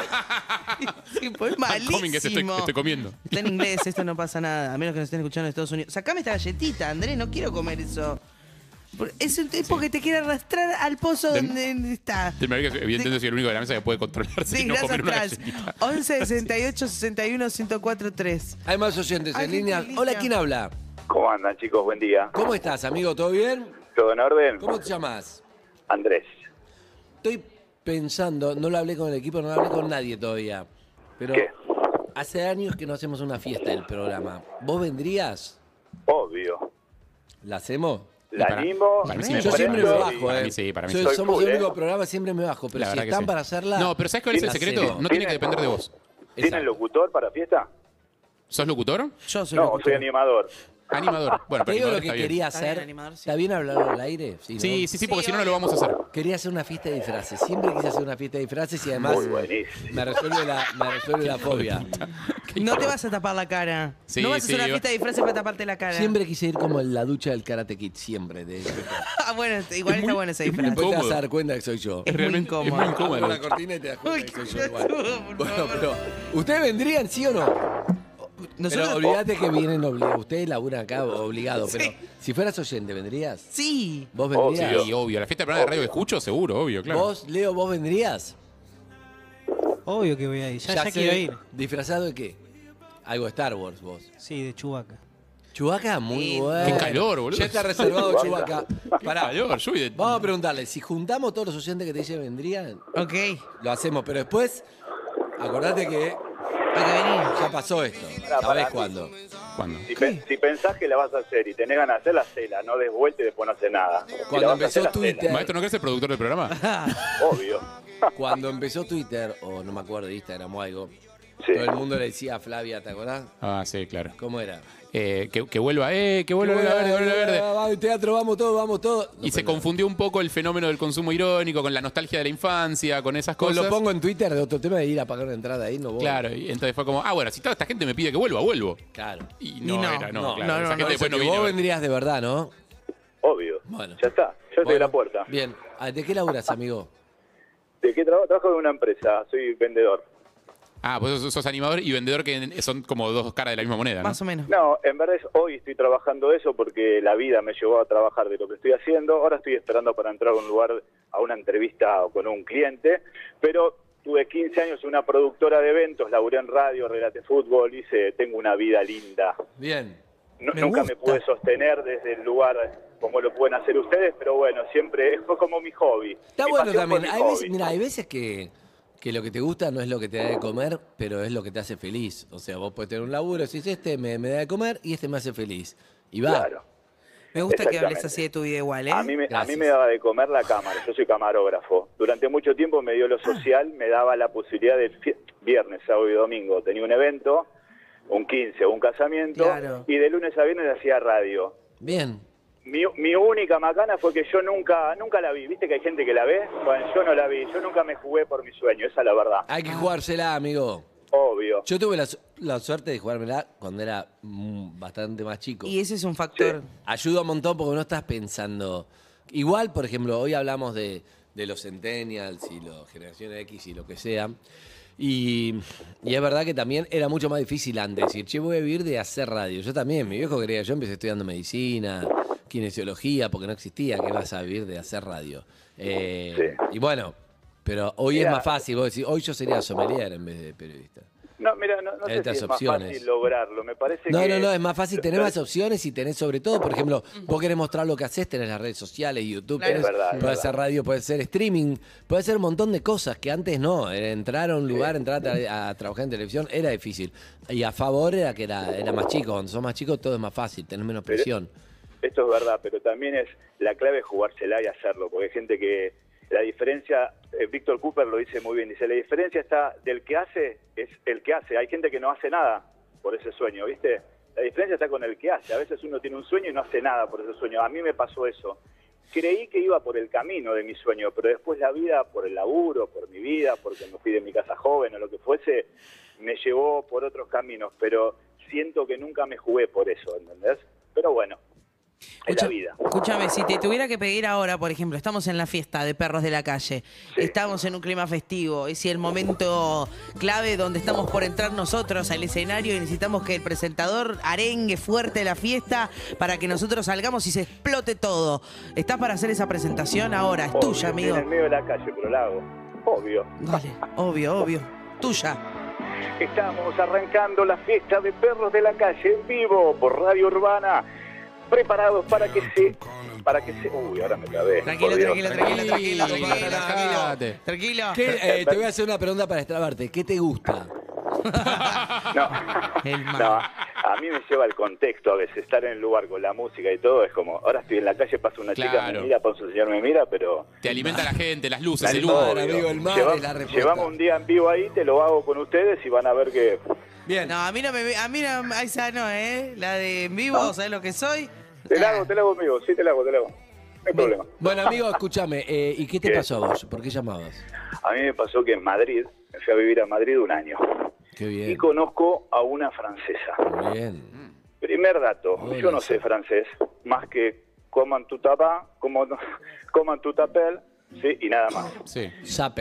S1: sí, pues malísimo.
S2: coming, que es estoy- estoy comiendo.
S1: Está en inglés, esto no pasa nada, a menos que nos estén escuchando en Estados Unidos. Sacame esta galletita, Andrés, no quiero comer eso. Por- Es un tipo que te quiere arrastrar al pozo
S2: Del-
S1: donde está.
S2: Te imaginas que, Evidentemente soy el único de la mesa que puede controlarse
S1: Sí, Oh,
S2: y no
S1: gracias,
S2: comer una
S1: Franz.
S2: galletita.
S1: 11 68 61 1043.
S11: Hay más oyentes
S1: Ay,
S11: en
S1: qué
S11: línea.
S1: delicia.
S11: Hola, ¿quién habla?
S18: ¿Cómo andan, chicos? Buen día.
S11: ¿Cómo estás, amigo? ¿Todo bien?
S18: ¿Todo en orden?
S11: ¿Cómo te llamas?
S18: Andrés.
S11: Estoy pensando, no lo hablé con el equipo, no lo hablé con nadie todavía. Pero hace años que no hacemos una fiesta del programa. ¿Vos vendrías?
S18: Obvio.
S11: ¿La hacemos?
S18: La
S11: Y para-
S18: animo,
S11: para mí
S18: me
S11: sí, yo
S18: prendo
S11: siempre me
S18: y-
S11: bajo,
S2: Para
S11: eh.
S2: mí sí, para mí
S11: Yo-
S2: sí. Soy
S11: Somos
S2: full,
S11: el
S2: eh.
S11: único programa, siempre me bajo. Pero
S2: La
S11: si
S2: verdad que
S11: están
S2: sí.
S11: para hacerla.
S2: No, pero ¿sabes cuál es el
S11: la
S2: secreto?
S11: hacemos.
S2: No tiene que depender de vos.
S18: ¿Tienen locutor para fiesta?
S2: ¿Sos locutor?
S1: Yo
S18: no, soy animador.
S2: Animador. Bueno,
S11: Te
S2: pero
S11: digo
S2: animador
S11: lo
S2: está
S11: que
S2: bien.
S11: quería hacer. ¿Está bien hablarlo al aire?
S2: Sí, sí, sí, porque si no, no lo vamos a hacer.
S11: Quería hacer una fiesta de disfraces. Siempre quise hacer una fiesta de disfraces y además
S2: Muy
S11: eh, me resuelve la, me resuelve la fobia.
S1: No te vas a tapar la cara.
S11: Sí,
S1: no vas a
S11: sí,
S1: hacer una
S11: yo-
S1: fiesta de disfraces para taparte la cara.
S11: Siempre quise ir como en la ducha del Karate Kid, siempre. De...
S1: Ah, bueno, igual está bueno ese disfraz.
S11: Después te vas a dar cuenta que soy yo.
S1: Es muy Realmente, es incómodo. muy incómodo.
S11: Abro la cortina y te das
S1: Uy,
S11: cuenta que
S1: qué
S11: soy yo. igual.
S1: pelotudo, por
S11: Bueno, pero, ¿ustedes vendrían, sí o no? Pero olvídate que vienen obligados. Ustedes laburan acá obligados, pero si fueras oyente, ¿vendrías?
S1: Sí.
S11: ¿Vos vendrías?
S2: Obvio. Oh, Sí, obvio. La fiesta de programa de radio que escucho, seguro, obvio, claro.
S11: ¿Vos, Leo, vos vendrías?
S19: Obvio que voy a ir. Ya, ya
S11: sé.
S19: quiero ir.
S11: ¿Disfrazado de qué? Algo de Star Wars, vos.
S19: Sí, de Chubaca.
S11: Chubaca, muy
S19: Sí.
S11: bueno.
S19: Qué calor,
S2: boludo.
S11: Ya está reservado Chubaca. Pará.
S2: calor, yo voy de-
S11: Vamos a preguntarle, si juntamos todos los oyentes que te dije vendrían,
S1: Ok.
S11: lo hacemos, pero después, acordate que. Ya pasó esto.
S18: Pará,
S11: ¿Sabés
S18: pará.
S11: cuándo?
S2: ¿Cuándo?
S18: Si, pe- si pensás que la vas a hacer y tenés ganas de hacerla, hacela. No des vuelta y después no haces nada. Si la vas a hacer, hacela.
S2: Maestro, ¿no querés ser productor del programa?
S18: Obvio.
S11: Cuando empezó Twitter, o no me acuerdo, Instagram o algo, todo el mundo le decía a Flavia, ¿te acordás?
S2: Ah, sí, claro.
S11: ¿Cómo era?
S2: Eh, que, que vuelva, eh, que vuelva,
S11: Que
S2: la verde,
S11: vuelva,
S2: vuelva la verde.
S11: Vamos al teatro, vamos todos, vamos todos.
S2: Y se confundió un poco el fenómeno del consumo irónico con la nostalgia de la infancia, con esas
S11: Como
S2: cosas.
S11: lo pongo en Twitter de otro tema de ir a pagar una entrada ahí, no voy.
S2: Claro, y entonces fue como, ah, bueno, si toda esta gente me pide que vuelva, vuelvo.
S11: Claro.
S2: Y no, era, no, claro. esa gente
S11: no,
S2: después no
S11: que
S2: vino.
S11: Vos vendrías de verdad, ¿no?
S18: Obvio.
S11: Bueno.
S18: Ya está. Yo estoy en la puerta.
S11: Bien. Ah, ¿De qué laburas, amigo?
S18: ¿De qué trabajo? Trabajo en una empresa. Soy vendedor.
S2: Ah, pues sos, sos animador y vendedor que en- son como dos caras de la misma moneda, ¿no?
S1: o menos.
S18: No, en verdad es hoy estoy trabajando eso porque la vida me llevó a trabajar de lo que estoy haciendo. Ahora estoy esperando para entrar a un lugar, a una entrevista con un cliente. Pero tuve 15 años en una productora de eventos, laburé en radio, relate fútbol, hice, tengo una vida linda.
S11: Bien.
S18: No- nunca me pude sostener desde el lugar como lo pueden hacer ustedes, pero bueno, siempre fue como mi hobby.
S11: Está
S18: Mi
S11: bueno
S18: pasión fue
S11: también.
S18: mi
S11: Hay veces,
S18: hobby.
S11: mira, hay veces que, que lo que te gusta no es lo que te da de comer, pero es lo que te hace feliz. O sea, vos podés tener un laburo, si este me, me da de comer y este me hace feliz. Y va.
S18: Claro.
S1: Me gusta que hables
S18: Exactamente.
S1: así de tu vida igual, ¿eh?
S18: A mí, me, a mí me daba de comer la cámara, yo soy camarógrafo. Durante mucho tiempo me dio
S11: Ah.
S18: lo social, me daba la posibilidad de fie- viernes, sábado y domingo. Tenía un evento, un 15, un casamiento,
S11: Claro.
S18: y de lunes a viernes hacía radio.
S11: Bien.
S18: Mi, mi única macana fue que yo nunca nunca la vi. ¿Viste que hay gente que la ve? Bueno, yo no la vi, yo nunca me jugué por mi sueño, esa es la verdad.
S11: Hay que jugársela, amigo.
S18: Obvio.
S11: Yo tuve la, su- la suerte de jugármela cuando era mm, bastante más chico.
S1: Y ese es un factor.
S11: Ayuda un montón porque no estás pensando. Igual, por ejemplo, hoy hablamos de, de los centennials y los generaciones X y lo que sea. Y, y es verdad que también era mucho más difícil antes decir, che, voy a vivir de hacer radio. Yo también, mi viejo quería, yo empecé estudiando medicina, kinesiología, porque no existía que vas a vivir de hacer radio. Eh, Y bueno, pero hoy
S18: Mira.
S11: es más fácil, vos decís, hoy yo sería sommelier en vez de periodista.
S18: No, mira, no, no sé
S11: Hay
S18: si
S11: otras
S18: es más
S11: opciones.
S18: fácil lograrlo. Me parece
S11: No,
S18: que
S11: no, no, es más fácil tener
S18: lo-
S11: más opciones y tener sobre todo, por ejemplo, vos querés mostrar lo que haces, tenés las redes sociales, YouTube,
S18: Claro.
S11: tenés-
S18: Es verdad, es
S11: podés
S18: verdad.
S11: hacer radio, podés hacer streaming, podés hacer un montón de cosas que antes no, era entrar a un lugar, entrar a, tra- a trabajar en televisión era difícil. Y a favor era que era, era más chico, cuando sos más chico todo es más fácil, tenés menos
S18: Pero-
S11: presión.
S18: Esto es verdad, pero también es la clave es jugársela y hacerlo, porque hay gente que la diferencia, eh, Víctor Cooper lo dice muy bien, dice, la diferencia está del que hace, es el que hace, hay gente que no hace nada por ese sueño, ¿viste? La diferencia está con el que hace, a veces uno tiene un sueño y no hace nada por ese sueño, a mí me pasó eso. Creí que iba por el camino de mi sueño, pero después la vida, por el laburo, por mi vida, porque me fui de mi casa joven o lo que fuese, me llevó por otros caminos, pero siento que nunca me jugué por eso, ¿entendés? Pero bueno, es la vida.
S1: Escúchame, si te tuviera que pedir ahora, por ejemplo, estamos en la fiesta de perros de la calle, estamos en un clima festivo, es el momento clave donde estamos por entrar nosotros al escenario y necesitamos que el presentador arengue fuerte la fiesta para que nosotros salgamos y se explote todo. ¿Estás para hacer esa presentación ahora? Es tuya,
S18: Estoy
S1: amigo.
S18: En el medio de la calle, pero la hago. Obvio.
S1: Dale, obvio, obvio. Tuya.
S18: Estamos arrancando la fiesta de perros de la calle en vivo por Radio Urbana. Preparados para que se. Para que se. Uy, ahora me clavé.
S1: Tranquilo,
S18: por Dios.
S1: tranquilo, tranquilo, tranquilo, tranquilo,
S11: relajate.
S1: tranquilo. Tranquilo.
S11: ¿Qué, eh, te voy a hacer una pregunta para destrabarte, ¿qué te gusta?
S18: No, a mí me lleva el contexto a veces. Estar en el lugar con la música y todo es como. Ahora estoy en la calle, pasa una chica, me
S2: Claro.
S18: mira, pasa un señor, me mira, pero.
S2: Te alimenta la gente, las luces,
S18: Dale,
S2: el humo.
S18: obvio. Lleva- Llevamos un día en vivo ahí, te lo hago con ustedes y van a ver que.
S11: Bien.
S1: No, a mí no me. A mí no. a Esa no, ¿eh? La de en vivo, ¿sabes lo que soy?
S18: Ah. Te la hago, te la hago amigo, sí te la hago, te la hago. No hay problema.
S11: Bueno, amigo, escúchame, eh, ¿y qué te
S18: ¿Qué?
S11: pasó a vos? ¿Por qué llamabas?
S18: A mí me pasó que en Madrid, me fui a vivir a Madrid un año.
S11: Qué
S18: Y
S11: bien,
S18: conozco a una francesa.
S11: bien.
S18: Primer dato,
S11: Hola.
S18: yo no sé francés, más que coman tu tapa, como- coman tu tapel, sí, y nada más.
S2: Sí.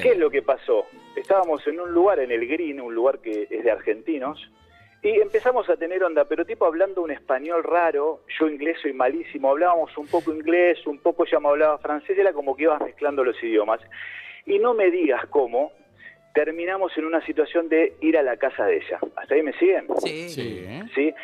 S18: ¿Qué es lo que pasó? Estábamos en un lugar, en el Green, un lugar que es de argentinos, y empezamos a tener onda, pero tipo hablando un español raro, yo inglés soy malísimo, hablábamos un poco inglés, un poco ya me hablaba francés, era como que ibas mezclando los idiomas. Y no me digas cómo, terminamos en una situación de ir a la casa de ella. ¿Hasta ahí me siguen?
S2: Sí.
S18: ¿Sí?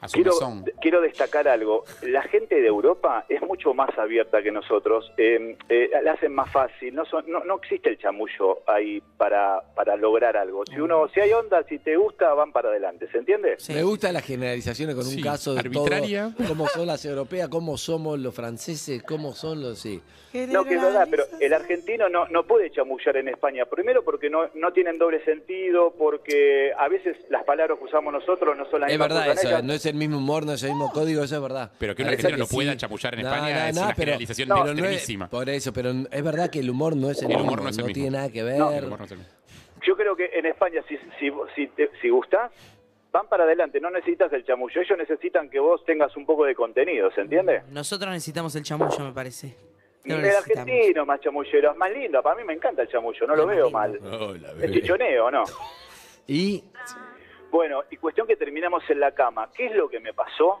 S2: A su
S18: Quiero,
S2: mesón.
S18: quiero destacar algo. La gente de Europa es mucho más abierta que nosotros. eh, eh, la hacen más fácil. No, son- no, no existe el chamullo ahí para, para lograr algo. Si uno, si hay onda, si te gusta, van para adelante. ¿Se entiende?
S11: Me gustan las generalizaciones con un
S18: Sí,
S11: caso de
S18: arbitraria.
S11: todo, cómo son las europeas, cómo somos los franceses, cómo son los... Sí.
S18: No, que es verdad, pero el argentino no, no puede chamullar en España. Primero porque no, no tienen doble sentido, porque a veces las palabras que usamos nosotros no son las
S11: Es
S18: mismas
S11: verdad
S18: que usan
S11: eso,
S18: ellas.
S11: no es el mismo humor, no es el mismo código, eso es verdad.
S2: Pero que un
S11: Parece
S2: argentino no
S11: sí.
S2: pueda chapullar en
S11: No,
S2: España
S11: no,
S2: es
S11: no,
S2: una
S11: pero-
S2: generalización
S11: pero no es-
S2: extremísima.
S11: por eso, pero es verdad que el humor no es el,
S2: El
S11: mismo,
S2: humor no es el mismo.
S11: tiene nada que ver.
S18: No, el humor no Yo creo que en España, si, si, si, te- si gustás, van para adelante. No necesitas el chamullo. Ellos necesitan que vos tengas un poco de contenido, ¿se entiende?
S1: Nosotros necesitamos el chamullo, me parece. No lo
S18: El
S1: necesitamos.
S18: argentino es más chamullero, es más lindo. Para mí me encanta el chamullo, no lo veo mal. El chichoneo, ¿no?
S11: Y
S18: Bueno, y cuestión que terminamos en la cama. ¿Qué es lo que me pasó?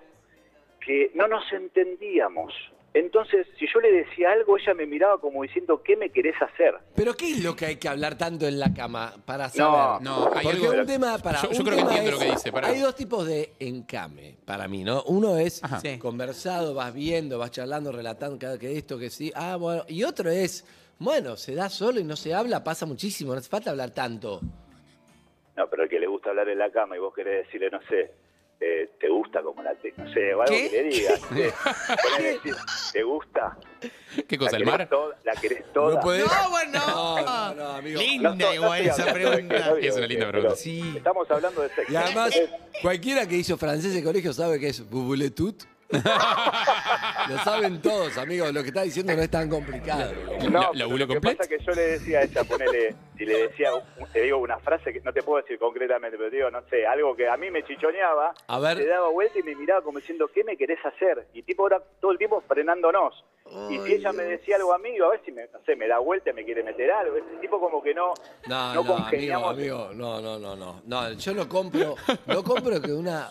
S18: Que no nos entendíamos. Entonces, si yo le decía algo, ella me miraba como diciendo, ¿qué me querés hacer?
S11: ¿Pero qué es lo que hay que hablar tanto en la cama para
S18: No,
S11: saber?
S18: no, hay
S11: Porque
S18: algo-
S11: un tema para
S2: Yo- yo
S11: un
S2: creo que
S11: tema
S2: entiendo lo
S11: es-
S2: que dice, pará.
S11: Hay dos tipos de encame para mí, ¿no? Uno es conversado, vas viendo, vas charlando, relatando cada que esto, que sí. Ah, bueno. Y otro es, bueno, se da solo y no se habla, pasa muchísimo, no hace falta hablar tanto.
S18: No, pero el que le gusta hablar en la cama y vos querés decirle, no sé, eh, te gusta como la te, no sé, o algo
S2: ¿Qué?
S18: que le digas. no sé. Ponele decir, ¿Te gusta?
S2: ¿Qué cosa,
S18: ¿La
S2: el
S18: querés
S2: mar?
S18: toda- ¿La querés toda?
S1: No, bueno.
S11: no, no, amigo.
S1: Linda
S18: No, no,
S1: igual
S18: no estoy
S1: esa
S18: hablando de que,
S1: pregunta.
S18: obvio,
S2: Es una linda
S18: pero
S2: pregunta.
S18: Estamos hablando de sexo.
S11: Y además, cualquiera que hizo francés de colegio sabe que es bubuletut. Lo saben todos, amigos. Lo que está diciendo no es tan complicado.
S18: No, pero lo que pasa es que yo le decía a ella, ponele, si le decía, un- te digo una frase que no te puedo decir concretamente, pero te digo, no sé, algo que a mí me chichoneaba,
S11: A ver.
S18: le daba vuelta y me miraba como diciendo, ¿qué me querés hacer? Y tipo era todo el tiempo frenándonos. y si ella me decía algo a mí, digo, a ver si me, no sé, me da vuelta y me quiere meter algo. Ese tipo como que no,
S11: No,
S18: no
S11: no, amigo,
S18: congeniamos.
S11: amigo, no, no, no, no. No, yo no compro, no compro que una.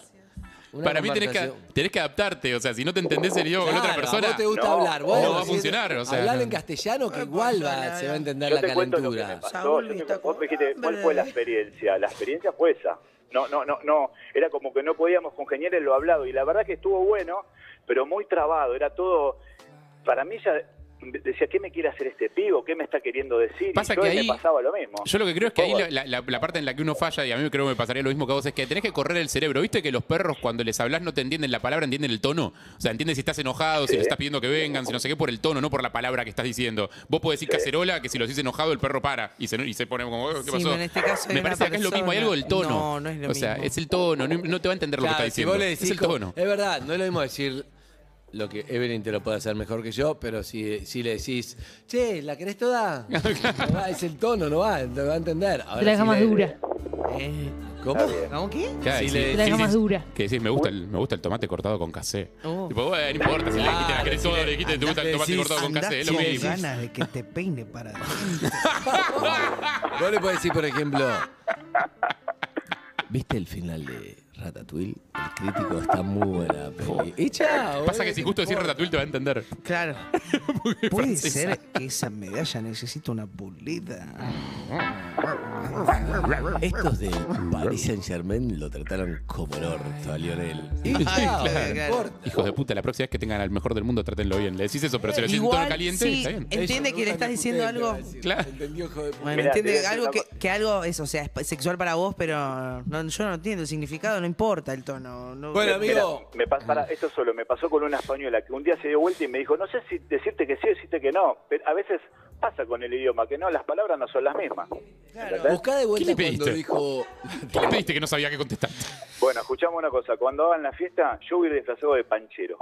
S11: una
S2: Para mí tenés que,
S11: conversación-
S2: tenés que adaptarte, o sea, si no te entendés el idioma con otra
S11: Claro,
S2: persona,
S11: a vos te gusta
S2: no,
S11: hablar, vos
S2: no va a
S11: decís,
S2: funcionar, o sea.
S11: hablar
S2: no.
S11: en castellano que igual va- se va a entender
S18: Yo
S11: la
S18: te cuento lo que me
S11: calentura.
S18: pasó, yo te- vos me dijiste, ¿cuál fue la experiencia? La experiencia fue esa. No, no, no, no. Era como que no podíamos congeniar en lo hablado. Y la verdad que estuvo bueno, pero muy trabado. Era todo. Para mí ya decía, ¿qué me quiere hacer este pivo? ¿Qué me está queriendo decir?
S2: Pasa
S18: y yo
S2: que
S18: me
S2: ahí-
S18: pasaba lo mismo.
S2: Yo lo que creo es que ahí la, la- la parte en la que uno falla, y a mí creo que me pasaría lo mismo que a vos, es que tenés que correr el cerebro. ¿Viste que los perros cuando les hablas no te entienden la palabra, entienden el tono? O sea, entienden si estás enojado, si
S18: Sí.
S2: le estás pidiendo que vengan, si no sé qué, por el tono, no por la palabra que estás diciendo. Vos podés decir cacerola, que si lo decís enojado el perro para y se, y se pone como, "Oh, ¿qué
S1: Sí,
S2: pasó?
S1: pero en este caso
S2: me
S1: era
S2: parece
S1: una
S2: que acá es lo mismo, hay
S1: persona.
S2: algo del tono.
S1: No, no es lo
S2: O sea,
S1: mismo.
S2: es el tono, no, no te va a entender lo que
S11: Claro,
S2: está
S11: si vos
S2: diciendo.
S11: le decís
S2: es el
S11: como-
S2: tono.
S11: Es verdad, no es lo mismo decir lo que Evelyn te lo puede hacer mejor que yo, pero si, si le decís, che, ¿la querés toda? No va, es el tono, no va, te va a entender. Ahora,
S16: la deja
S11: si
S16: más
S11: le-
S16: dura.
S11: Eh, ¿Cómo?
S1: ¿Cómo qué?
S2: Claro,
S11: Si
S2: y
S11: le
S2: sí,
S16: La
S2: sí,
S16: deja
S2: sí,
S16: más
S2: sí.
S16: dura.
S2: Que decís, me gusta, el, me gusta el tomate cortado con casé. Tipo, bueno, no importa, si le dijiste la
S11: Claro,
S2: querés
S11: si
S2: toda,
S11: le-
S2: le dijiste, te gusta el
S11: andá,
S2: tomate
S11: decís,
S2: cortado con
S11: andá,
S2: casé, es lo
S11: si le
S2: mismo.
S11: decís-
S19: ganas de que te peine para.
S11: Vos le podés decir, por ejemplo, ¿viste el final de Ratatouille? El crítico está muy buena. Peli. Y chao.
S2: Pasa que si justo decís Ratatouille te va a entender.
S1: Claro.
S19: Puede
S2: francesa.
S19: ser que esa medalla necesita una pulida.
S11: Estos de Paris Saint Germain lo trataron como el orto a Lionel. Y chao,
S2: Claro.
S11: no importa.
S2: Hijos de puta, la próxima vez que tengan al mejor del mundo, trátenlo bien. Le decís eso, pero se lo decís en tono
S1: Igual,
S2: caliente,
S1: sí,
S2: está bien.
S1: entiende que le estás diciendo algo.
S2: Claro.
S11: Entendió, hijo de puta.
S1: Bueno, entiende algo que, que algo es, o sea, es sexual para vos, pero no- yo no entiendo el significado, no importa el tono. no-
S18: Mira, me pas- pará, esto solo me pasó con una española que un día se dio vuelta y me dijo, no sé si decirte que sí o decirte que no. Pero a veces pasa con el idioma, que no, las palabras no son las mismas. ¿Entendés?
S11: Buscá de
S2: ¿Qué
S11: vuelta
S2: le
S11: cuando
S2: pediste?
S11: dijo.
S2: ¿Qué le pediste que no sabía qué contestar?
S18: Bueno, escuchamos una cosa. Cuando hagan la fiesta, yo voy a ir disfrazado de panchero.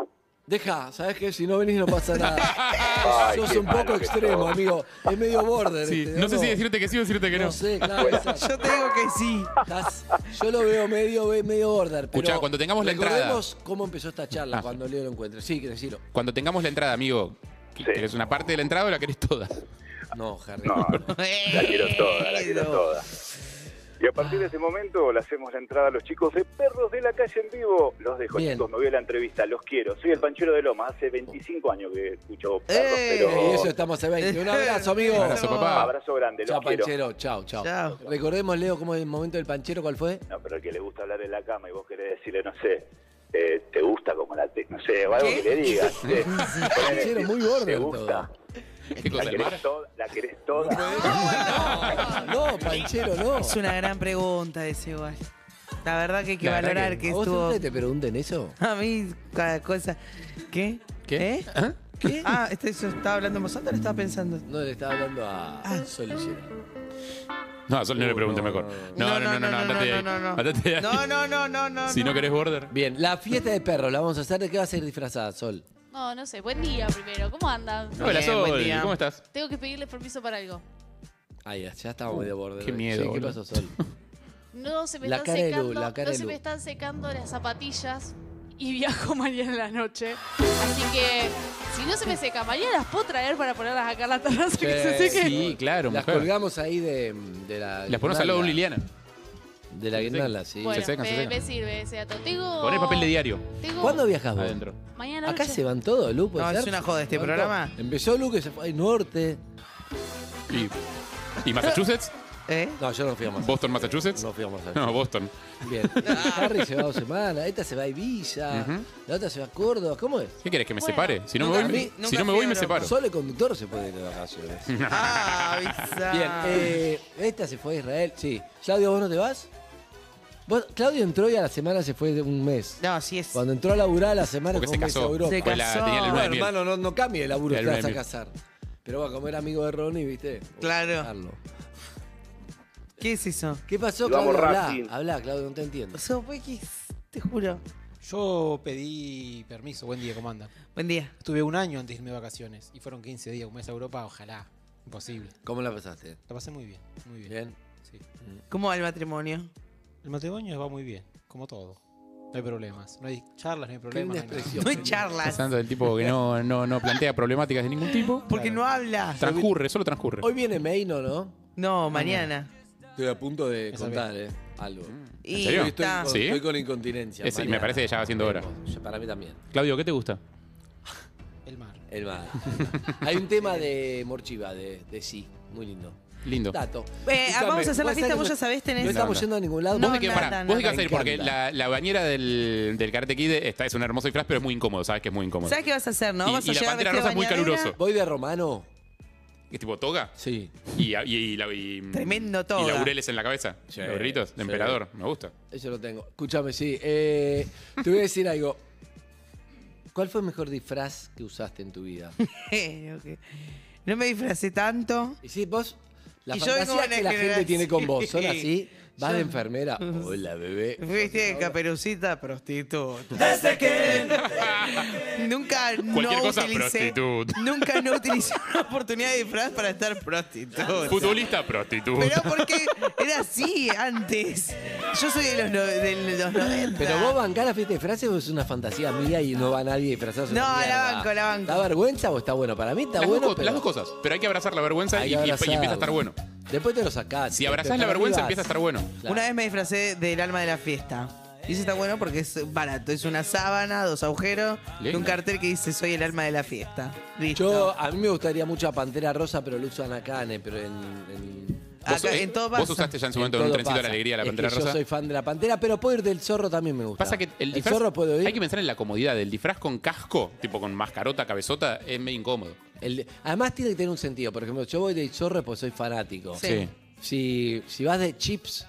S11: Deja, ¿sabes qué? Si no venís no pasa nada.
S18: Ay,
S11: Sos
S18: qué
S11: un poco
S18: malo que
S11: extremo,
S18: sos.
S11: amigo. Es medio border.
S2: Sí,
S11: este,
S2: no sé
S11: ¿o
S2: si decirte que sí o decirte que no.
S11: No sé, claro.
S1: Yo te digo que sí.
S11: yo lo veo medio, medio border. Pero
S2: Escuchá, cuando tengamos la entrada- Ah.
S11: Recordemos cómo empezó esta charla cuando Leo lo encuentre. Sí, que decirlo.
S2: Cuando tengamos la entrada, amigo, ¿querés una parte de la entrada o la querés toda?
S11: No, Harry.
S18: No, la quiero toda, la quiero toda. Y a partir de ese momento le hacemos la entrada a los chicos de Perros de la Calle en vivo. Los dejo,
S11: Bien.
S18: chicos. Me voy a la entrevista. Los quiero. Soy el panchero de Lomas. Hace 25 años que escucho Perros,
S11: Eh, Y eso
S18: pero...
S11: estamos a 20. Un abrazo, amigo.
S18: Un abrazo, papá. Abrazo grande, los
S11: Chao,
S18: quiero.
S11: panchero. Chao, chao.
S18: Chao.
S11: Recordemos, Leo, cómo es el momento del panchero, ¿cuál fue?
S18: No, pero el que le gusta hablar en la cama y vos querés decirle, no sé, eh, te gusta como la... Te, no sé, o algo
S11: ¿Qué?
S18: que le digas. eh, ponele,
S11: Panchero, muy
S18: ¿Te
S11: border. todo.
S18: gusta? La querés toda, la querés toda.
S11: No, panchero, no.
S1: Es una gran pregunta ese igual. La verdad que hay que
S11: La verdad
S1: valorar que,
S11: ¿A vos
S1: estuvo.
S11: siempre te pregunten eso?
S1: A mí, cada cosa. ¿Qué?
S2: ¿Qué?
S1: ¿Eh? ¿Qué? Ah, este, eso estaba hablando en voz alta o lo estaba pensando. Ah.
S11: No, le estaba hablando a Sol Lillera.
S2: No, a Sol no le preguntes mejor. No, no, no, no, no, andate de ahí.
S1: no, no, no.
S2: Andate de ahí.
S1: No, no, no, no, no.
S2: Si no querés border.
S11: Bien, la fiesta de perros, ¿la vamos a hacer? ¿De qué va a ser disfrazada, Sol?
S20: No, no sé. Buen día primero. ¿Cómo andan?
S2: Hola, Sol, ¿cómo estás?
S20: Tengo que pedirles permiso para algo.
S11: Ay, ya estamos medio borde.
S2: qué miedo,
S11: Che, Uh, ¿Qué
S2: boludo.
S11: pasó, Sol?
S20: No se me
S11: La
S20: están
S11: cara de Lu,
S20: secando,
S11: la cara
S20: no
S11: de
S20: se
S11: Lu.
S20: me están secando las zapatillas y viajo mañana en la noche. Así que si no se me seca, mañana las puedo traer para ponerlas acá en la terraza que se seque.
S2: Sí, claro,
S11: Las
S2: mujer.
S11: colgamos ahí de, de la.
S2: Las ponemos al lado de un
S11: guirnalda.
S2: Liliana.
S11: De la guirnalda, sí.
S20: Bueno, me, me sirve ese dato. Tengo.
S2: Poné papel de diario.
S20: Tengo-
S11: ¿Cuándo viajas vos?
S2: Adentro.
S20: Mañana
S11: Acá
S20: noche.
S11: se van todos, Lu. ¿puede
S1: No, es
S11: ser?
S1: una joda este
S11: Se van
S1: programa.
S11: todos. Empezó Lu que se fue al norte.
S2: ¿Y, y Massachusetts?
S11: ¿Eh? No, yo no fui a Massachusetts.
S2: ¿Boston, Massachusetts?
S11: No fui a Massachusetts.
S2: No, Boston.
S11: Bien. Harry se va dos semanas, esta se va a Ibiza,
S2: Ujú.
S11: la otra se va a Córdoba. ¿Cómo es?
S2: ¿Qué querés que me separe? Si no me voy, me, si no me, voy me separo.
S11: Solo el conductor se puede ir de vacaciones. Bien, eh, esta se fue a Israel, sí. Claudio, ¿vos no te vas? Vos- Claudio entró y a la semana se fue de un mes.
S1: No, así es.
S11: Cuando entró a laburar, a la semana
S2: Porque
S11: fue un
S2: se
S11: mes a
S2: casó.
S11: Europa.
S2: Se Fue la- casó. tenía la luna de
S11: Bueno,
S2: miel.
S11: hermano, no, no cambie el laburo,
S2: La
S11: te
S2: luna
S11: vas
S2: de
S11: a
S2: miel.
S11: casar. Pero va a comer amigo de Ronnie, ¿viste? Claro.
S1: ¿Qué es eso?
S11: ¿Qué pasó,
S1: Vamos,
S11: Claudio? Habla,
S1: Racing.
S11: habla, Claudio, no te entiendo.
S1: Sopequis, te juro.
S21: Yo pedí permiso. Buen día, ¿cómo andan?
S1: Buen día.
S21: Estuve un año antes de irme de vacaciones y fueron 15 días. Un mes a Europa, ojalá. Imposible.
S11: ¿Cómo la pasaste? Mm.
S21: La pasé muy bien, muy bien. Sí.
S1: ¿Cómo va el matrimonio?
S21: El matrimonio va muy bien, como todo. No hay problemas. No hay charlas, no hay problemas. no hay nada.
S1: No hay charlas.
S2: Pasando del tipo que no, no, no plantea problemáticas de ningún tipo.
S1: Porque no habla.
S2: Transcurre, solo transcurre.
S11: Hoy viene Meino, ¿no?
S1: No, mañana.
S11: Estoy a punto de contar, eh, Algo.
S1: ¿En Y serio?
S11: Hoy Estoy,
S1: está-
S11: con,
S2: ¿Sí?
S11: estoy con incontinencia.
S2: Es- me parece que ya va siendo hora.
S11: Yo- Para mí también.
S2: Claudio, ¿qué te gusta?
S11: El mar. Hay un tema de Morchiva, de, de sí. Muy lindo.
S2: Lindo.
S11: Dato.
S1: Eh,
S11: Escúchame,
S1: vamos a hacer la
S11: vos
S1: fiesta,
S11: sabés
S1: vos
S11: que
S1: ya sabés, tenés-
S11: No estamos
S2: No, no.
S11: yendo a ningún lado.
S1: No,
S2: ¿Vos de qué,
S1: nada,
S2: pará, ¿vos de qué
S11: nada.
S2: vas a ir?
S11: Me
S2: Porque
S11: encanta.
S2: la, la bañera del, del Karate Kid está, es un hermoso disfraz, pero es muy incómodo. Sabes que es muy incómodo.
S1: ¿Sabes qué vas a hacer, no?
S2: Y-
S1: vas
S2: y
S1: a
S2: la
S1: llegar
S2: Pantera
S1: vestido
S2: Rosa es muy
S1: bañadera.
S2: caluroso.
S11: Voy de romano.
S2: ¿Es tipo toga?
S11: Sí.
S2: Y, y- y la- y-
S1: Tremendo toga.
S2: Y laureles en la cabeza.
S11: Sí,
S2: los gorritos
S11: sí.
S2: de emperador. Me gusta.
S11: Eso lo tengo. Escúchame, sí. eh, te voy a decir algo. ¿Cuál fue el mejor disfraz que usaste en tu vida?
S1: Ok. No me disfracé tanto.
S11: Y sí, vos. La
S1: Y yo vengo
S11: fantasía
S1: de una
S11: que la gente
S1: generación-
S11: tiene con vos. Son así. Vas
S1: Yo-
S11: de enfermera. Hola, bebé.
S1: Fuiste caperucita prostituta.
S11: Desde que-
S1: Nunca
S2: Cualquier
S1: no
S2: cosa,
S1: utilicé.
S2: prostituta.
S1: Nunca no utilicé una oportunidad de disfraz para estar prostituta.
S2: Futbolista prostituta.
S1: Ah, Pero porque era así antes. Yo soy de los, no- de los 90.
S11: Pero vos bancar la fiesta de disfraces vos es una fantasía mía y no va nadie disfrazarse.
S1: No,
S11: una
S1: la
S11: mierda.
S1: banco, la banco.
S11: ¿Está vergüenza o está bueno? Para mí está
S2: las,
S11: bueno.
S2: dos, co-
S11: pero
S2: las dos cosas. Pero hay que abrazar la vergüenza
S11: hay
S2: y,
S11: que
S2: y- y empieza a
S11: abrazarlo.
S2: estar bueno.
S11: Después te lo sacás.
S2: Si abrazás la vergüenza, empieza a estar bueno.
S1: Una vez me disfracé del alma de la fiesta. Y eso está bueno porque es barato. Es una sábana, dos agujeros y
S11: Lindo.
S1: un cartel que dice soy el alma de la fiesta.
S11: Yo, a mí me gustaría mucho a Pantera Rosa, pero lo usan acá en. Pero en, en-
S1: Acá,
S11: eh,
S1: en todo
S2: vos
S1: pasa.
S2: usaste ya en su momento un
S11: todo
S2: trencito de la
S11: pasa.
S2: alegría de la
S11: Es
S2: Pantera
S11: que
S2: Rosa.
S11: Yo soy fan de la Pantera, pero puedo ir del zorro también me gusta.
S2: Pasa que el
S11: el
S2: disfraz.
S11: zorro puedo ir.
S2: Hay que pensar en la comodidad. El disfraz con casco, tipo con mascarota, cabezota, es medio incómodo.
S11: El- además tiene que tener un sentido. Por ejemplo, yo voy de zorro porque soy fanático.
S2: Sí.
S11: Si, si vas de chips.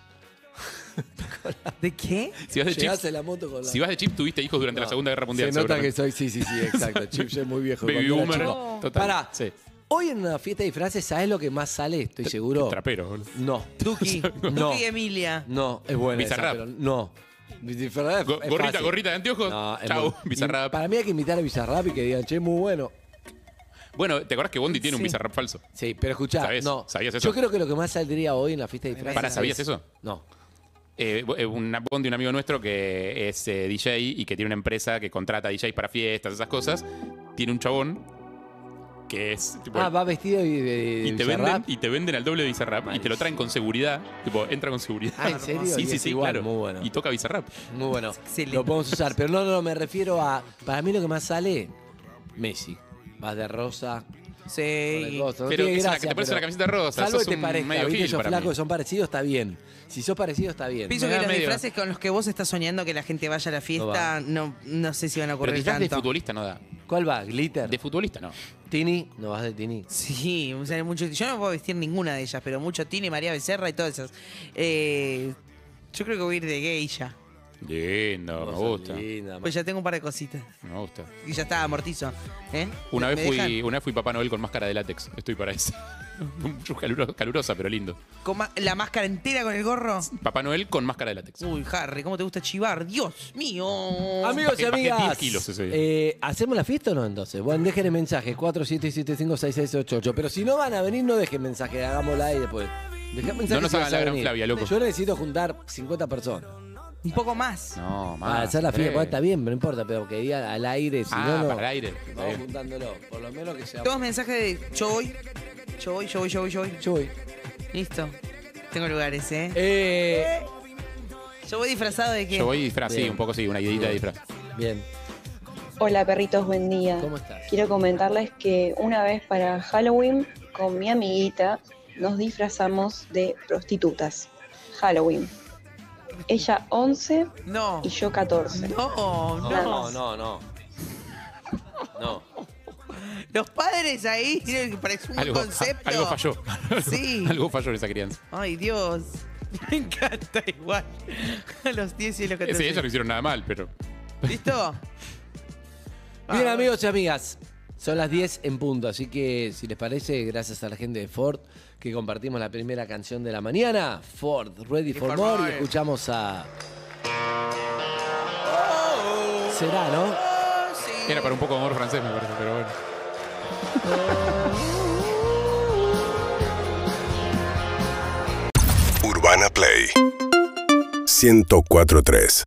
S1: ¿De qué?
S2: Si vas de
S11: Llegás
S2: chips-
S11: en la moto con la-
S2: Si vas de chip, tuviste hijos durante la Segunda Guerra Mundial.
S11: Se nota que
S2: seguramente.
S11: soy, sí, sí, sí, exacto. Chips, yo es muy viejo.
S2: Baby
S11: Cuando era
S2: boomer.
S11: chico-
S2: Total.
S11: Pará.
S2: Sí.
S11: Hoy en una fiesta de disfraces, ¿sabes lo que más sale? Estoy seguro.
S2: Trapero, boludo.
S11: No.
S1: Duki.
S11: No.
S1: Duki y Emilia.
S11: No, es buena esa,
S2: Bizarrap.
S11: pero no. Bizarrap
S2: Go-
S11: es
S2: gorrita,
S11: fácil.
S2: gorrita de anteojos.
S11: No, Ah, es
S2: Chau,
S11: muy- Mm.
S2: Bizarrap.
S11: y Para mí hay que invitar a Bizarrap y que digan, che, muy bueno.
S2: Bueno, ¿te acuerdas que Bondi tiene un
S11: Sí.
S2: bizarrap falso?
S11: Sí, pero escuchá,
S2: ¿Sabes?
S11: no.
S2: ¿Sabías eso?
S11: Yo creo que lo que más saldría hoy en la fiesta de disfraces.
S2: Para, ¿sabías
S11: es-
S2: eso?
S11: No.
S2: Eh, bo- eh, una- Bondi, un amigo nuestro que es eh, DJ y que tiene una empresa que contrata DJs para fiestas, esas cosas, tiene un chabón que es. tipo,
S11: Ah, va vestido de, de- de
S2: y te, venden,
S11: Bizarrap.
S2: y te venden al doble de Bizarrap y te lo traen con seguridad. Tipo, entra con seguridad.
S11: Ah, ¿en serio?
S2: Sí,
S11: Y
S2: sí,
S11: es
S2: sí,
S11: igual,
S2: claro.
S11: muy bueno.
S2: Y toca Bizarrap.
S11: Muy bueno. Lo podemos usar. Pero no, no, no, me refiero a. Para mí lo que más sale, Messi. Vas de rosa.
S1: Sí.
S11: Coso, no
S2: Pero
S11: tiene
S2: que es una-
S11: gracia,
S2: te pones
S11: pero-
S2: una camiseta rosa,
S11: Salvo
S2: sos
S11: que te
S2: un
S11: parezca,
S2: medio
S11: ¿viste?
S2: gil
S11: Esos
S2: para
S11: flacos
S2: mí.
S11: que son parecidos, está bien. Si sos parecido, está bien.
S1: Pienso
S11: Me
S1: que
S11: da
S1: los
S11: medio-
S1: disfraces con los que vos estás soñando que la gente vaya a la fiesta, no, no sé si van a
S2: Pero
S1: ocurrir
S2: quizás de
S1: tanto.
S2: futbolista no da.
S11: ¿Cuál va? ¿Glitter?
S2: De futbolista no.
S11: ¿Tini? ¿No vas de Tini?
S1: Sí, o sea, mucho. Yo no puedo vestir ninguna de ellas, pero mucho Tini, María Becerra y todas esas. Eh, yo creo que voy a ir de gay ya.
S2: Lindo, me
S11: Vos sos
S2: gusta.
S11: linda,
S1: Pues ya tengo un par de cositas.
S2: Me gusta.
S1: Y ya está, amortizo. ¿Eh?
S2: Una
S1: ¿Me-
S2: vez,
S1: me
S2: fui,
S1: dejan?
S2: una vez fui Papá Noel con máscara de látex. Estoy para eso. Mucho caluro- calurosa, pero lindo.
S1: ¿Con ma- ¿La máscara entera con el gorro?
S2: Papá Noel con máscara de látex.
S1: Uy, Harry, ¿cómo te gusta chivar? Dios mío.
S11: Amigos y
S2: Bajé- bajé 10
S11: amigas,
S2: kilos ese día.
S11: eh, ¿hacemos la fiesta o no entonces? Bueno, dejen el mensaje, 47756688. Pero si no van a venir, no dejen mensaje, hagámosla y después. Dejá mensaje
S2: No nos
S11: si
S2: hagan
S11: vas
S2: la
S11: a
S2: gran
S11: venir.
S2: Flavia, loco.
S11: Yo necesito juntar 50 personas.
S1: Un poco más.
S2: No, más.
S11: Para hacer Ah, la fiesta,
S2: tres.
S11: bueno, está bien, no importa, pero que diga al aire, si
S2: Ah,
S11: no, no.
S2: para el aire.
S11: Vamos juntándolo, por lo menos que sea.
S1: Todos mensajes de yo voy, yo voy, yo voy, yo voy, yo voy.
S11: Yo voy.
S1: Listo. Tengo lugares, ¿eh? Yo voy disfrazado de qué?
S2: Yo voy disfraz, sí,
S11: Bien.
S2: un poco sí, una idita de disfraz.
S11: Bien.
S13: Hola perritos, buen día.
S11: ¿Cómo estás?
S13: Quiero comentarles que una vez para Halloween con mi amiguita nos disfrazamos de prostitutas. Halloween. Ella 11
S1: No.
S13: y yo 14.
S1: No,
S13: Nada
S1: Oh, no.
S11: No, no, no. No.
S1: Los padres ahí, parece un
S2: Algo,
S1: concepto.
S2: algo falló.
S1: Sí.
S2: algo falló en esa crianza.
S1: Ay, Dios. Me encanta igual. A los 10 y a los
S2: Sí,
S1: 14.
S2: ellos no hicieron nada mal, pero.
S1: ¿Listo?
S11: Bien, amigos y amigas, son las 10 en punto, así que si les parece, gracias a la gente de Ford que compartimos la primera canción de la mañana, Ford Ready for,
S1: for
S11: More,
S1: More.
S11: y escuchamos a. será, ¿no?
S2: Era para un poco de amor francés, me parece, pero bueno.
S3: Urbana Play 104.3